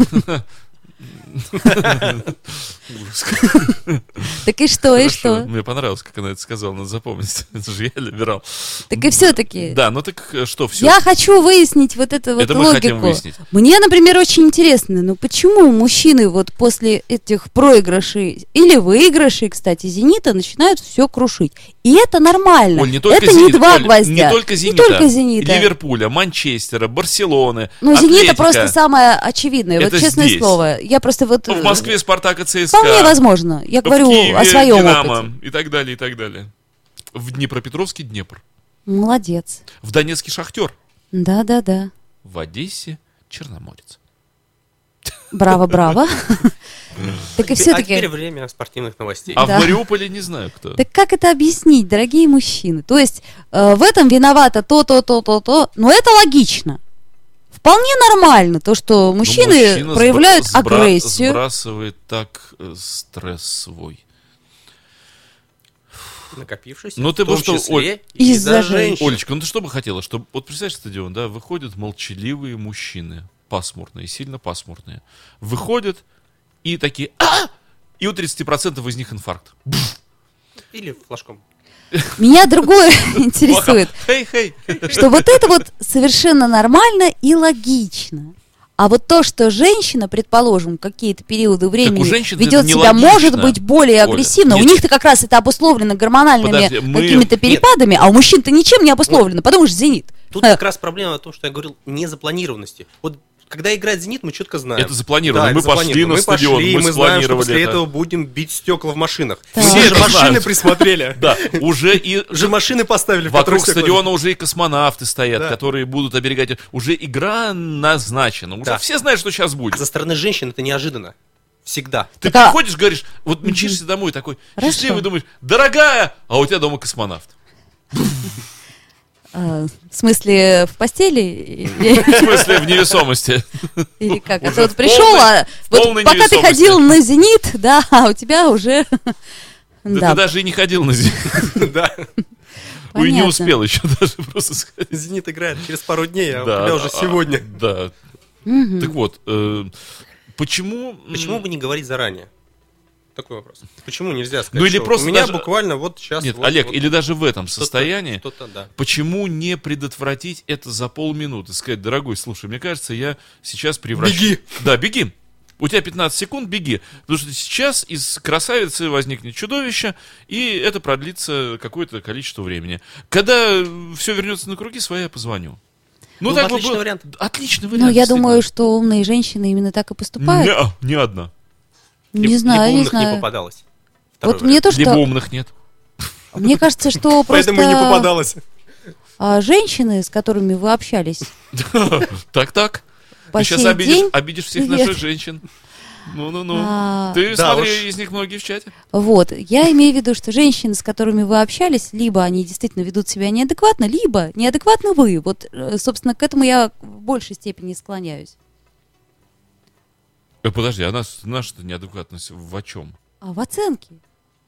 Так и что, Ну и Хорошо. что? Мне понравилось, как она это сказала, надо запомнить. Это же я либерал. Так и все-таки. Да, ну так э, что, все. Я хочу выяснить вот эту вот Это мы хотим логику. выяснить. Мне, например, очень интересно, ну почему мужчины вот после этих проигрышей или выигрышей, кстати, «Зенита» начинают все крушить? И И это нормально. Оль, не только это не «Зенит», два Оль, гвоздя. Не только «Зенита». Не только «Зенита». Ливерпуля, Манчестера, Барселоны, Ну, «Зенита» «Атлетика». просто самое очевидное. Это вот честное здесь. слово. Я просто вот... э, Ну, в Москве «Спартак» и ЦСКА. Вполне возможно. Я в говорю Киеве о своем «Динамо» опыте. И так далее, и так далее. В Днепропетровске Днепр. Молодец. В Донецке Шахтер. Да-да-да. В Одессе Черноморец. Браво, браво. Так и А теперь все-таки... время спортивных новостей. А Да. в Мариуполе не знаю кто. Так как это объяснить, дорогие мужчины? То есть э, в этом виновато то, то, то, то, то. Но это логично. Вполне нормально то, что Ну, мужчины мужчина сбра- проявляют сбра- агрессию. Сбрасывает так э, стресс свой. накопившийся. Ну, ты в том бы что, числе Оль- и Из-за за женщин. Олечка, ну ты что бы хотела? Чтобы, вот представь стадион, да, выходят молчаливые мужчины, пасмурные, сильно пасмурные. Выходят и такие, «А!» и у 30% из них инфаркт. Или флажком. Меня другое интересует. Хей, хей. что вот это вот совершенно нормально и логично. А вот то, что женщина, предположим, какие-то периоды времени у женщин ведет это себя, нелогично, может быть, более Оля. агрессивно, у Нет. них-то как раз это обусловлено гормональными Подожди, мы- какими-то перепадами, а у мужчин-то ничем не обусловлено, потому что зенит. Тут Э, как раз проблема в том, что я говорил, незапланированности. Вот когда играет «Зенит», мы четко знаем. Это запланировано. это Мы пошли запланировано. на Мы стадион, пошли, мы мы знаем, что спланировали после это. этого будем бить стекла в машинах. Так. Все же Это машины знают. присмотрели. Да, уже и Же машины поставили в Вокруг которых стекла. стадиона уже и космонавты стоят, Да. которые будут оберегать. Уже игра назначена. Уже Да. все знают, что сейчас будет. Со стороны женщин это неожиданно. Всегда. Ты Да. приходишь, говоришь, вот мчишься домой такой Хорошо. счастливый, думаешь, дорогая, а у тебя дома космонавт. э, в смысле, в постели? Или- В смысле, в невесомости. Или как? А Уже ты вот в пришел, полной- а вот полной пока ты невесомости. ходил на зенит, да, а у тебя уже... Да ты даже и не ходил на зенит. Да. Ой, не понятно. успел еще даже просто сказать. «Зенит» играет через пару дней, а у Да, тебя уже а, сегодня. Да. Мгм. Так вот, э, почему... м, Почему бы не говорить заранее? Такой вопрос. Почему нельзя сказать? Ну или что просто У меня даже- буквально вот сейчас... Нет, Олег, или даже в этом состоянии... Что-то, да. Почему не предотвратить это за полминуты? Сказать, дорогой, слушай, мне кажется, я сейчас превращу... Беги! Да, беги! У тебя 15 секунд, беги. Потому что сейчас из красавицы возникнет чудовище, и это продлится какое-то количество времени. Когда все вернется на круги свои, я позвоню. Ну, Был бы бы Ну, отличный было- вариант. Отличный вариант. Ну, я действительно. думаю, что умные женщины именно так и поступают. Не, не одна. Либо- Не знаю, либо не умных не знаю. попадалось. Второй Вот вариант. мне то, Либо Ну, что... умных нет. Мне кажется, что просто... Поэтому и не попадалось. а, женщины, с которыми вы общались Так-так. по Ты сейчас сей обидишь, ну. день... обидишь всех Привет. наших женщин. Ну-ну-ну. а, Ты Да смотри, уж. из них многие в чате. вот, я имею в виду, что женщины, с которыми вы общались, либо они действительно ведут себя неадекватно, либо неадекватно вы. Вот, э, собственно, к этому я в большей степени склоняюсь. Э, Подожди, а нас, наша-то неадекватность в чем? А в оценке?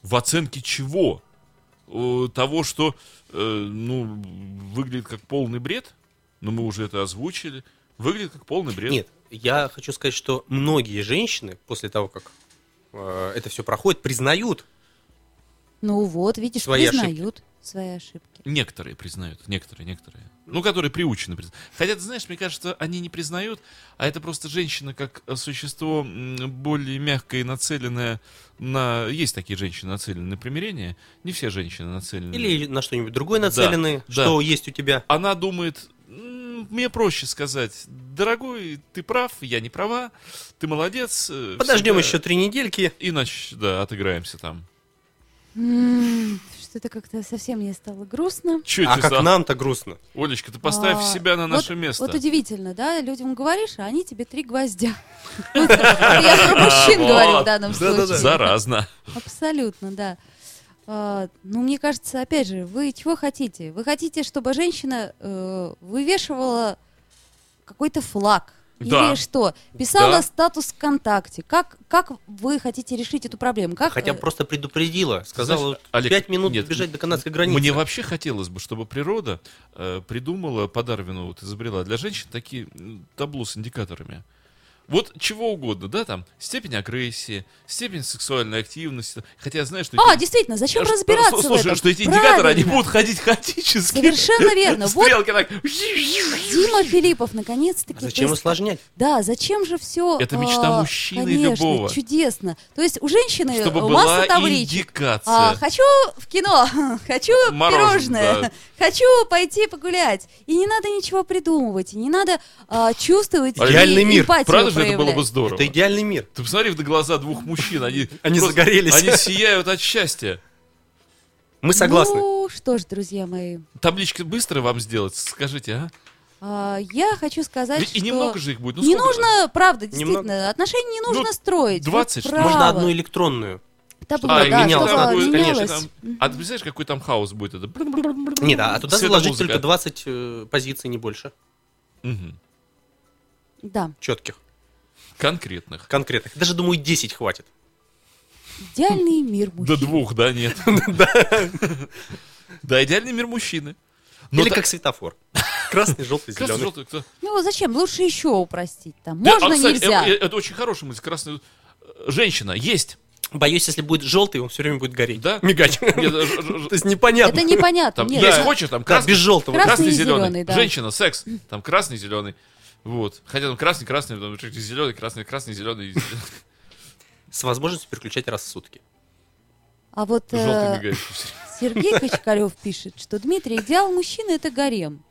В оценке чего? Э, Того, что э, ну, выглядит как полный бред? Ну, мы уже это озвучили. Выглядит как полный бред. Нет, я хочу сказать, что многие женщины после того, как э, это все проходит, признают. Ну вот, видишь, Свои признают свои ошибки. Некоторые признают, некоторые, некоторые. Ну, которые приучены. призна- Хотя, ты знаешь, мне кажется, они не признают, а это просто женщина как э, существо м, более мягкое и нацеленное на... Есть такие женщины, нацеленные на примирение. Не все женщины нацелены. Или на что-нибудь другое Да, нацелены, да. что есть у тебя. она думает, «М, мне проще сказать, дорогой, ты прав, я не права, ты молодец. э, Подождем всегда». еще три недельки. Иначе, да, отыграемся там. М, Что-то как-то совсем мне стало грустно. Чё а ты как за- нам-то грустно. Олечка, ты поставь А, себя на вот- наше место. Вот удивительно, да? Людям говоришь, а они тебе три гвоздя. Вот Я про мужчин вот. говорю в данном Да-да-да. случае. Заразно. Абсолютно, да. А, Ну, мне кажется, опять же, вы чего хотите? Вы хотите, чтобы женщина э, вывешивала какой-то флаг? Да. Или что? Писала Да. статус ВКонтакте. Как, как вы хотите решить эту проблему? Как, Хотя э, просто предупредила. Сказала, Знаешь, вот Олег, пять минут нет, бежать до канадской границы. Мне вообще хотелось бы, чтобы природа э, придумала, по Дарвину вот изобрела для женщин такие м, табло с индикаторами. Вот чего угодно, да, там, степень агрессии, степень сексуальной активности. Хотя, знаешь, что... А, действительно, зачем что- разбираться слушай, в этом? что эти индикаторы, они Правильно. будут ходить хаотически. Совершенно верно. Вот Стрелки так. Дима Филиппов, наконец-таки. А Зачем то есть- усложнять? Да, зачем же все... А Это мечта мужчины конечно, любого. чудесно. То есть у женщины Чтобы была масса табличек. индикация. А, хочу в кино, хочу Мороженое, пирожное, да. хочу пойти погулять. И не надо ничего придумывать, и не надо а, чувствовать и Реальный мир. эмпатию Правда же это было проявлять. бы здорово? Это идеальный мир. Ты посмотри на глаза двух мужчин, они... Они просто- загорелись. Они сияют от счастья. Мы согласны. Ну что ж, друзья мои, Таблички быстро вам сделать, скажите, а? а, я хочу сказать, И что... немного же их будет. Ну, не сколько? нужно, правда, действительно, Немного. отношения не нужно Ну, строить. 20, вот что ли? Можно право. одну электронную. Табло, А, Да, и да, менялось. менялось. чтобы Там будет, конечно, менялось. там- А ты представляешь, какой там хаос будет? Это... Не, да, а туда заложить Светомузыка. только 20 э, позиций, не больше. Мгм. Да, Четких, Конкретных. конкретных. Даже, думаю, 10 хватит. идеальный мир До мужчин. двух, да, нет. Да, идеальный мир мужчины. Но Или та- как светофор. Красный, желтый, Красный, зеленый. желтый, кто- Ну зачем? Лучше еще упростить там. Да, а, Можно, кстати, нельзя. э, э, Это очень хорошая мысль. Красный... э, Женщина, есть. Боюсь, если будет желтый, он все время будет гореть. Да. Мигать. Нет, То э, ж- ж- есть непонятно. Это непонятно. э, Там, нет. А есть хочешь, там Да, красный, без желтого. Крас- красный, и зеленый. зеленый, да. Женщина, секс, там красный, зеленый. Вот. Хотя там красный, красный, потом зеленый, красный, красный, зеленый, С возможностью переключать раз в сутки. А вот э, желтый мигающий. Сергей Качкарев пишет, что Дмитрий, идеал мужчины это гарем.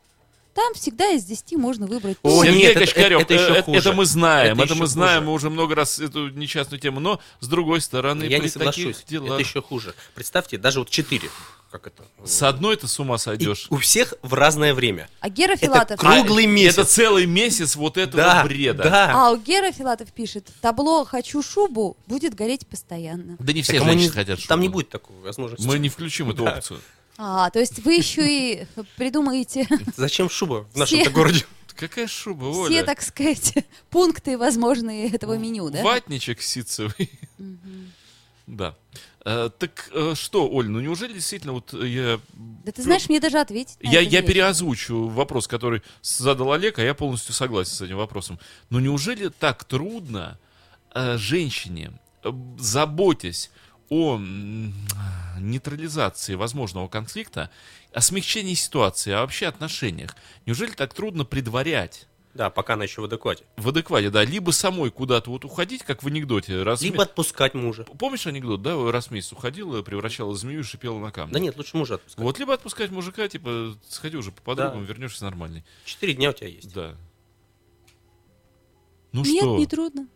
Там всегда из 10 можно выбрать. О, пять. Сергей нет, это- Качкарев, это- это еще э, хуже. мы знаем, Это это, мы еще знаем, хуже. мы уже много раз эту несчастную тему, но с другой стороны, Я Ну при не таких соглашусь. делах... Это еще хуже. Представьте, даже вот 4. Как это? С одной ты с ума И сойдешь. у всех в разное время. А Гера Это Филатов. круто. круглый месяц. Это целый месяц вот этого да, бреда. да. А у Гера Филатов пишет, табло «Хочу шубу» будет гореть постоянно. Да не все Так, а мы женщины не- хотят Там чтобы- не будет такой возможности. Мы не включим эту опцию. А, то есть вы еще и придумаете Зачем шуба в Все- нашем-то городе? Какая шуба, все, Оля? так сказать, пункты возможные этого меню, да? Ватничек ситцевый. Да. Э, Так э, что, Оль, ну неужели действительно вот э, я... Да ты знаешь, мне даже ответить на А, Я, это я не- переозвучу вопрос, который задал Олег, а я полностью согласен с этим вопросом. Но неужели так трудно э, женщине, э, заботясь о м, нейтрализации возможного конфликта, о смягчении ситуации, о вообще отношениях, неужели так трудно предварять? Да, пока она еще в адеквате. В адеквате, да, либо самой куда-то вот уходить, как в анекдоте. Раз в Либо отпускать мужа. ме- Помнишь анекдот, да, раз в месяц уходила, превращала змею и шипела на камни? Да нет, лучше мужа отпускать. Вот, либо отпускать мужика, типа, сходи уже по подругам, Да. вернешься нормальный. Четыре дня у тебя есть. Да. Ну Нет, что, не трудно.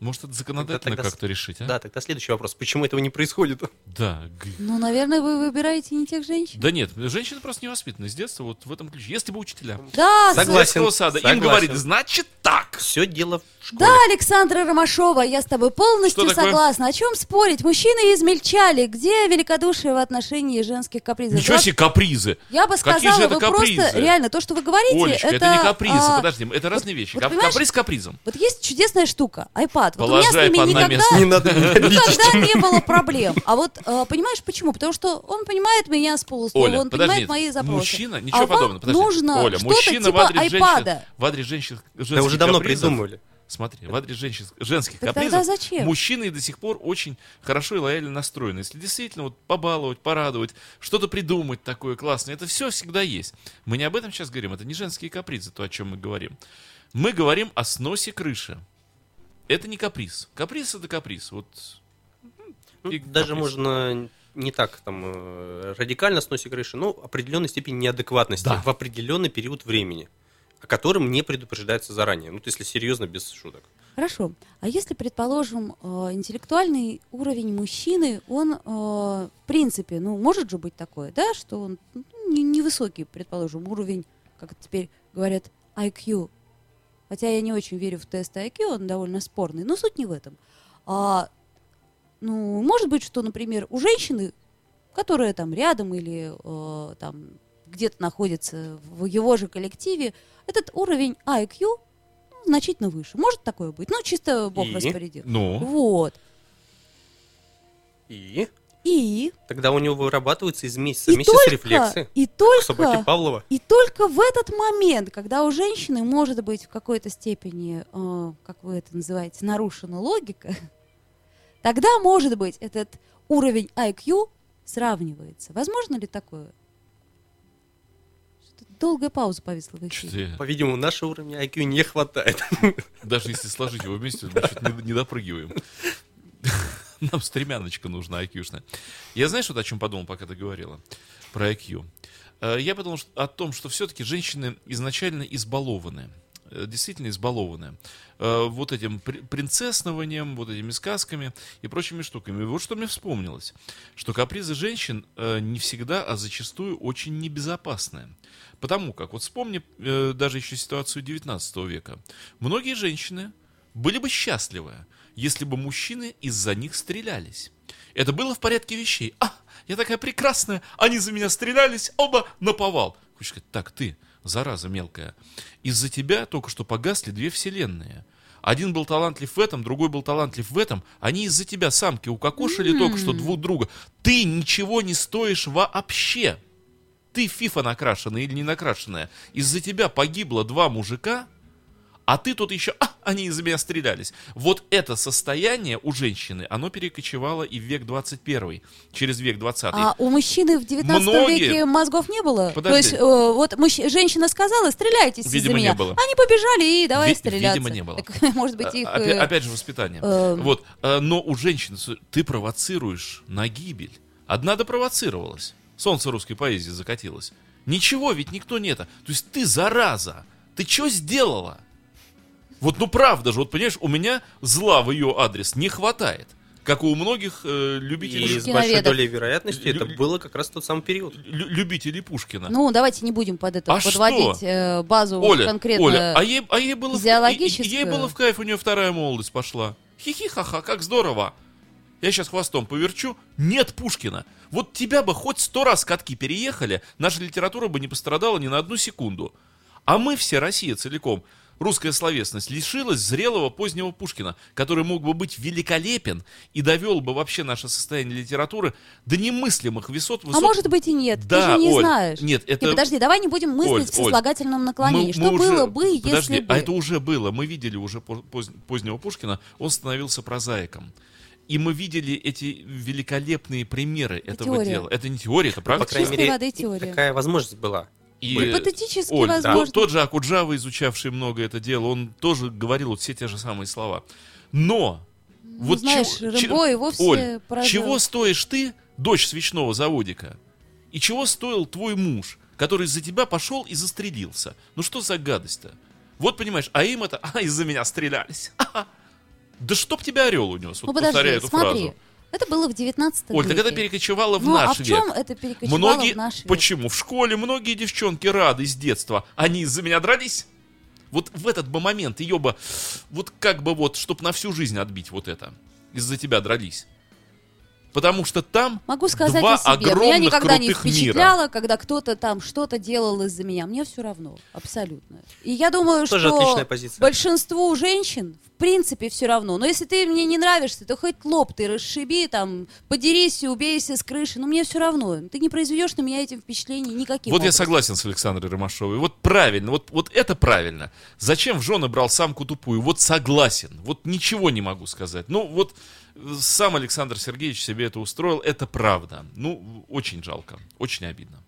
может это законодательно тогда с- как-то решить, а? Да, тогда следующий вопрос. Почему этого не происходит? Да. г- Ну, наверное, вы выбираете не тех женщин. Да нет, женщины просто не воспитаны с детства вот в этом ключе. Если бы учителя Да, Согласен. детского сада им согласен. говорили, значит так. Все дело в школе. Да, Александра Ромашова, я с тобой полностью Что такое? согласна. О чем спорить? Мужчины измельчали. Где великодушие в отношении женских капризов? Ничего Вот себе капризы. Я бы Какие сказала, же это вы капризы? просто... Реально, то, что вы говорите, Олечка, это, это... не капризы, а, подожди, это разные вещи. вот Кап- понимаешь- Каприз капризом. Вот есть чудесная штука, iPad. Вот у меня с Положи ними iPad на никогда... место. Не надо меня обидеть. Никогда не было проблем. А вот э, понимаешь почему? Потому что он понимает меня с полуслова, Оля, он подожди, понимает мои запросы. мужчина, а ничего вам подобного, подожди. нужно Оля, что-то мужчина в типа адрес женщин, айпада. в адрес женщин, Да женских уже давно капризов- придумали. Смотри, в адрес женщин, женских Так капризов тогда зачем? мужчины и до сих пор очень хорошо и лояльно настроены. Если действительно вот побаловать, порадовать, что-то придумать такое классное, это все всегда есть. Мы не об этом сейчас говорим, это не женские капризы, то, о чем мы говорим. Мы говорим о сносе крыши. Это не каприз. Каприз это каприз. Вот Ну, И Даже каприз. можно не так там э, радикально сносить крыши, но определенной степени неадекватности Да. в определенный период времени, о котором не предупреждается заранее. Ну, вот если серьезно, без шуток. Хорошо. А если, предположим, э, интеллектуальный уровень мужчины, он, э, в принципе, ну, может же быть такое, да, что он ну, не- невысокий, предположим, уровень, как это теперь говорят, IQ. Хотя я не очень верю в тесты IQ, он довольно спорный, но суть не в этом. А, ну, может быть, что, например, у женщины, которая там рядом или э, там где-то находится в его же коллективе, этот уровень IQ ну, значительно выше. Может такое быть? Ну, чисто Бог И? распорядил. Ну. Вот. И И И, Тогда у него вырабатывается из месяца в и месяц только, рефлексы. и Как собаки только, Павлова. и только в этот момент, когда у женщины может быть в какой-то степени, э, как вы это называете, нарушена логика, тогда, может быть, этот уровень IQ сравнивается. Возможно ли такое? Что-то долгая пауза повисла в эфире. Что-то я- По-видимому, нашего уровня IQ не хватает. Даже если сложить его вместе, мы чуть не, не допрыгиваем. Нам стремяночка нужна, IQ-шная. Я знаешь, вот о чем подумал, пока ты говорила про IQ? Э, Я подумал что- о том, что все-таки женщины изначально избалованы. Э, Действительно избалованы. Э, Вот этим при- принцессованием, вот этими сказками и прочими штуками. И вот что мне вспомнилось, что капризы женщин э, не всегда, а зачастую очень небезопасны. Потому как, вот вспомни э, даже еще ситуацию 19 века. Многие женщины были бы счастливы, если бы мужчины из-за них стрелялись. Это было в порядке вещей. А, я такая прекрасная, они за меня стрелялись, оба наповал. Хочешь сказать, так, ты, зараза мелкая, из-за тебя только что погасли две вселенные. Один был талантлив в этом, другой был талантлив в этом. Они из-за тебя самки укокошили только что двух друга. Ты ничего не стоишь вообще ты фифа накрашенная или не накрашенная, из-за тебя погибло два мужика, а ты тут еще, а, они из меня стрелялись. Вот это состояние у женщины, оно перекочевало и в век 21, через век 20. А у мужчины в 19 Многие- веке мозгов не было? Подожди. То есть э, вот мужч- женщина сказала, стреляйтесь Видимо, из-за не меня. было. Они побежали и давай Ви- стреляться. видимо, не было. Так, может быть, их... А, опя- э, опять же, воспитание. эм. Вот. э, Но у женщин с- ты провоцируешь на гибель. Одна допровоцировалась. Солнце русской поэзии закатилось. Ничего, ведь никто не это. То есть ты зараза. Ты что сделала? Вот, ну правда же, вот понимаешь, у меня зла в ее адрес не хватает. Как у многих э, И любителей, с Пушкина большой ведов. долей вероятности это Лю- было как раз тот самый период. лю- любителей Пушкина. Ну, давайте не будем под это А подводить что? э, базу Оля, конкретно. Оля, а ей, а ей было, в- физиологическую. и- и- ей было в кайф, у нее вторая молодость пошла. Хи-хи-ха-ха, как здорово. Я сейчас хвостом поверчу. Нет Пушкина. Вот тебя бы хоть сто раз катки переехали, наша литература бы не пострадала ни на одну секунду. А мы все, Россия целиком, русская словесность, лишилась зрелого позднего Пушкина, который мог бы быть великолепен и довел бы вообще наше состояние литературы до немыслимых высот. А высот может быть и нет, Да, ты же не Оль, знаешь. нет, это- Не, подожди, давай не будем мыслить Оль, в Оль, сослагательном Мы- наклонении. мы Что уже- было бы, если Подожди, бы... а это уже было. Мы видели уже по- поз- позднего Пушкина, он становился прозаиком. И мы видели эти великолепные примеры этого теория. дела. Это не теория, это правда. По крайней Чистой мере, воды и теория. такая возможность была. И, э, Гипотетически Оль, возможно. то- тот же Акуджава, изучавший много это дело, он тоже говорил вот все те же самые слова. Но Ну, вот знаешь, чего- Рэмбо че- и вовсе Оль, поражал. чего стоишь ты, дочь свечного заводика? И чего стоил твой муж, который из-за тебя пошел и застрелился? Ну что за гадость-то? Вот понимаешь, а им это, а из-за меня стрелялись. Ха-ха. Да чтоб тебя орел унес, вот Ну, подожди, повторяю эту смотри. фразу. Это было в 19 Оль, веке. так это перекочевало в Ну, наш а в чем век. это перекочевало Многие, в наш век? почему? В школе многие девчонки рады с детства. Они из-за меня дрались? Вот в этот бы момент ее бы, вот как бы вот, чтоб на всю жизнь отбить вот это. Из-за тебя дрались. Потому что там Могу сказать два о себе. огромных Меня никогда не крутых впечатляло, когда кто-то там что-то делал из-за меня. Мне все равно, абсолютно. И я думаю, Тоже что отличная позиция. большинству женщин в принципе все равно. Но если ты мне не нравишься, то хоть лоб ты расшиби, там, подерись и убейся с крыши. Но мне все равно. Ты не произведешь на меня этим впечатлений никаким Вот я образом. согласен с Александрой Ромашовой. Вот правильно, вот, вот это правильно. Зачем в жены брал самку тупую? Вот согласен. Вот ничего не могу сказать. Ну, вот э, сам Александр Сергеевич себе это устроил, это правда. Ну, очень жалко, очень обидно.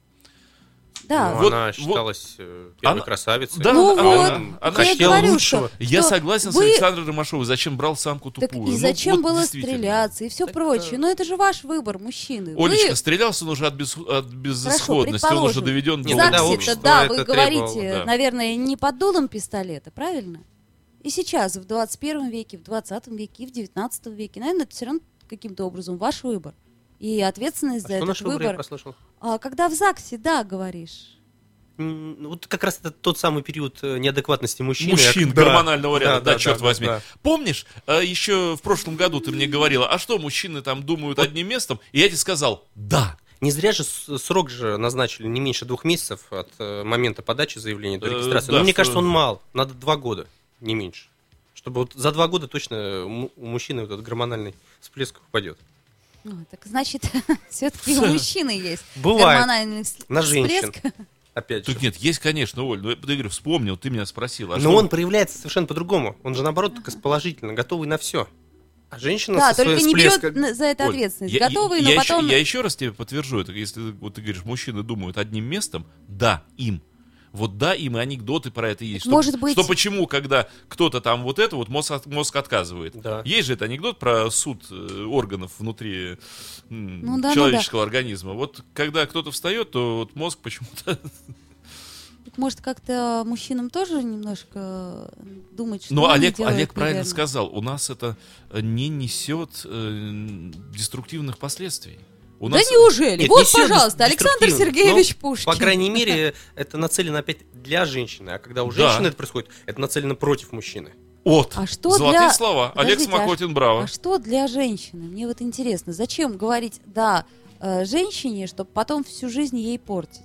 Да. А. Ну, Вот- она вот- считалась э, первой Она- красавицей. Да, Ну она- вот, она- я она и хотела говорю, лучшего. что- Я что согласен вы- с Александрой Ромашовой. Зачем брал самку Так тупую? и Ну, зачем вот было действительно. стреляться и все прочее? Но это же ваш выбор, мужчины. Вы- Олечка, стрелялся он уже от, без- от безысходности. он уже предположим. доведен до Не, ну да, ЗАГСе-то, общество да, это вы требовало, говорите, да. наверное, не под дулом пистолета, правильно? И сейчас, в 21 веке, в 20 веке, и в 19 веке, наверное, это все равно каким-то образом ваш выбор. И ответственность за А что этот наш выбор, я выбор. прослушал? А когда в ЗАГСе, да, говоришь. М, ну, Вот как раз это тот самый период э, неадекватности мужчин. мужчин Я- да. гормонального ряда, да, да, черт да, возьми. да. Помнишь, э, еще в прошлом году ты мне говорила, а что мужчины там думают одним местом? И я тебе сказал, да. Не зря же с- срок же назначили не меньше двух месяцев от э, момента подачи заявления до Э, регистрации. да, Но мне что- кажется, он мал. Надо два года, не меньше. э, Чтобы вот за два года точно му- у мужчины вот этот гормональный всплеск упадет. Ну, так значит, все-таки у мужчины есть Бывает. гормональный вс- На женщин. всплеск. Опять же. Тут нет, есть, конечно, Оль, но я говорю, вспомнил, ты меня спросил. А Но что- Ну, он проявляется совершенно по-другому. Он же, наоборот, только с положительно, готовый на все. А женщина Да, со своим только не берет всплеском- на- за это Оль, ответственность. я- я- Готовый, я, но еще- потом... я еще раз тебе подтвержу это. Если ты- вот ты говоришь, мужчины думают одним местом, да, им. Вот да, им и анекдоты про это есть. Что, Может быть- Что почему, когда кто-то там вот это, вот мозг, от- мозг отказывает. Да. Есть же это анекдот про суд э, органов внутри м, Ну да, ну человеческого организма. Вот когда кто-то встает, то вот мозг почему-то... Так, Может, как-то мужчинам тоже немножко думать, Ну, что Но они Олег, делают Олег правильно неверно. сказал, у нас это э, не несет э, деструктивных последствий. У Да нас неужели? Нет, вот, несет пожалуйста, Александр деструктивно, Сергеевич но, Пушкин. По крайней мере, э, это нацелено опять для женщины. А когда у Да. женщины это происходит, это нацелено против мужчины. от. А что Золотые для- слова. Олег Подождите, а Смокотин, браво. А что для женщины? Мне вот интересно, зачем говорить «да» э, женщине, чтобы потом всю жизнь ей портить?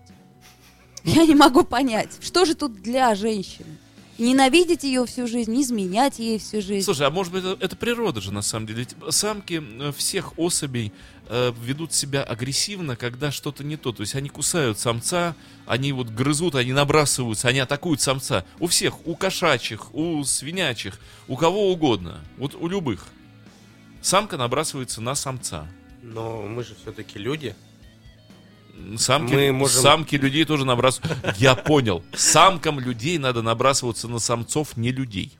Я не могу понять, что же тут для женщины? Ненавидеть ее всю жизнь, изменять ей всю жизнь. Слушай, а может быть это, это природа же на самом деле. Ведь самки э, всех особей э, ведут себя агрессивно, когда что-то не то. То есть они кусают самца, они вот грызут, они набрасываются, они атакуют самца. У всех, у кошачьих, у свинячих, у кого угодно, вот у любых. Самка набрасывается на самца. Но мы же все-таки люди. Самки, Мы можем- самки людей тоже набрасываются. Я понял. Самкам людей надо набрасываться на самцов, не людей.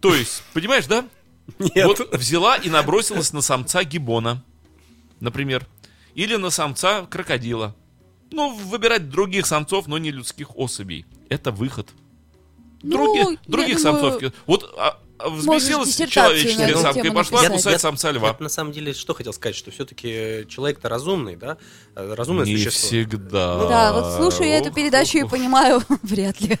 То есть, понимаешь, да? Вот взяла и набросилась на самца гибона, например. Или на самца крокодила. Ну, выбирать других самцов, но не людских особей. Это выход. Ну, Других, я других думаю, самцов. Вот а, а, взбесилась диссертацию на человеческая эту самка и тему пошла написать. кусать самца льва. я на самом деле что хотел сказать, что все-таки человек-то разумный, да? Э, Разумное не существо. всегда. Да, А, вот слушаю я эту Ох, передачу и ох, понимаю, вряд ли.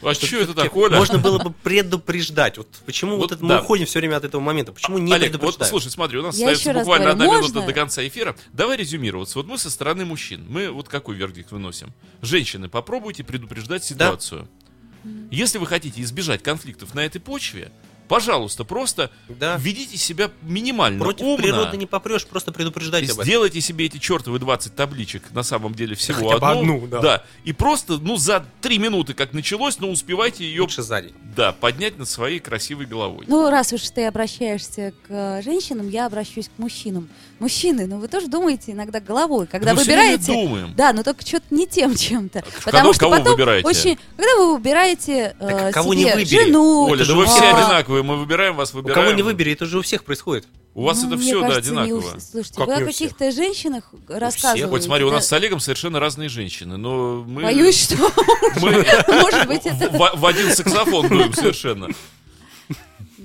ох. А что это такое? Оля? Можно было бы предупреждать. Вот почему вот, Вот это мы да. уходим все время от этого момента? Почему не Олег, вот предупреждают? слушай, смотри, у нас Я еще остается раз буквально говорю, одна можно? минута до конца эфира. Давай резюмироваться. Вот мы со стороны мужчин, мы вот какой вердикт выносим? Женщины, попробуйте предупреждать ситуацию. Если вы хотите избежать конфликтов на этой почве, пожалуйста, просто Да. ведите себя минимально Против ну, умно. природы не попрешь, просто И предупреждать об этом. сделайте себе эти чертовы 20 табличек, на самом деле всего Хотя бы одну. одну, да. И просто, ну, за 3 минуты, как началось, но успевайте ее, Лучше за день. да, поднять над своей красивой головой. Ну, раз уж ты обращаешься к э, женщинам, я обращусь к мужчинам. Мужчины, ну вы тоже думаете иногда головой, когда Мы всё время выбираете. думаем. Да, но только что-то не тем чем-то. кого- кого выбираете? очень. Когда вы выбираете э, Так кого не себе выбери. жену, Оля, это да же вы у все всех. одинаковые, мы выбираем вас, У выбираем. кого не выбери, это же у всех происходит. У вас ну, это мне все, да, кажется, не у одинаково. вс- Слушайте, Как вы не о у всех? каких-то женщинах рассказываете. Вот смотри, у нас с да. Олегом совершенно разные женщины, но мы... Боюсь, что мы может быть это... в, в один саксофон дуем совершенно.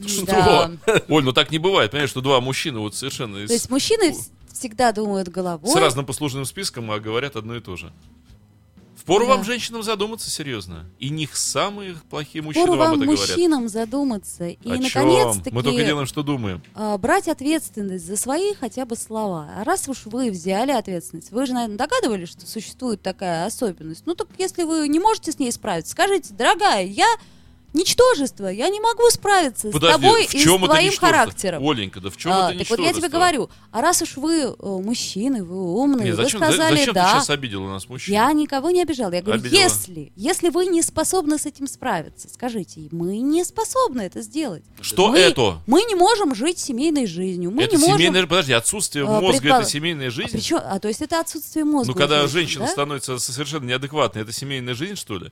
Что? Да. Оль, ну так не бывает, понимаешь, что два мужчины вот совершенно из- То есть мужчины вс- всегда думают с головой. разным послужным списком, а говорят одно и то же. Впору Да. вам, женщинам, задуматься серьезно. И не самые плохие мужчины Пору вам вам, это говорят. мужчинам, задуматься. И, О чем? наконец-таки, Мы только делаем, что думаем. а, брать ответственность за свои хотя бы слова. А раз уж вы взяли ответственность, вы же, наверное, догадывались, что существует такая особенность. Ну так если вы не можете с ней справиться, скажите, дорогая, я ничтожество, я не могу справиться с Подожди, тобой в и чем с это твоим ничтожество? характером. Оленька, да в чем А, это так вот я тебе ничтожество? говорю, а раз уж вы э, мужчины, вы умные, Не, вы зачем, за- сказали зачем да. ты сейчас обидела нас, мужчин? Я никого не обижала. Я говорю, Обидела. если, если вы не способны с этим справиться, скажите, мы не способны это сделать. Что мы, это? Мы не можем жить семейной жизнью. Мы это не можем... семейная... Подожди, отсутствие э, мозга предполож- это семейная А, жизнь? причем- а, то есть это отсутствие мозга. ну, когда у женщина да? становится со- совершенно неадекватной, это семейная жизнь, что ли?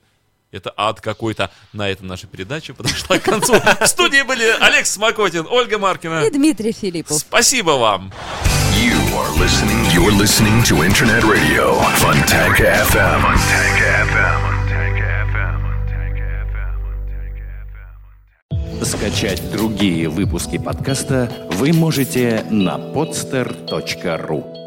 Это ад какой-то. На этом наша передача подошла к концу. В студии были Олег Смокотин, Ольга Маркина. И Дмитрий Филиппов. Спасибо вам. You are listening. You're listening to Internet Radio. Funtech FM. Скачать другие выпуски подкаста вы можете на podster.ru.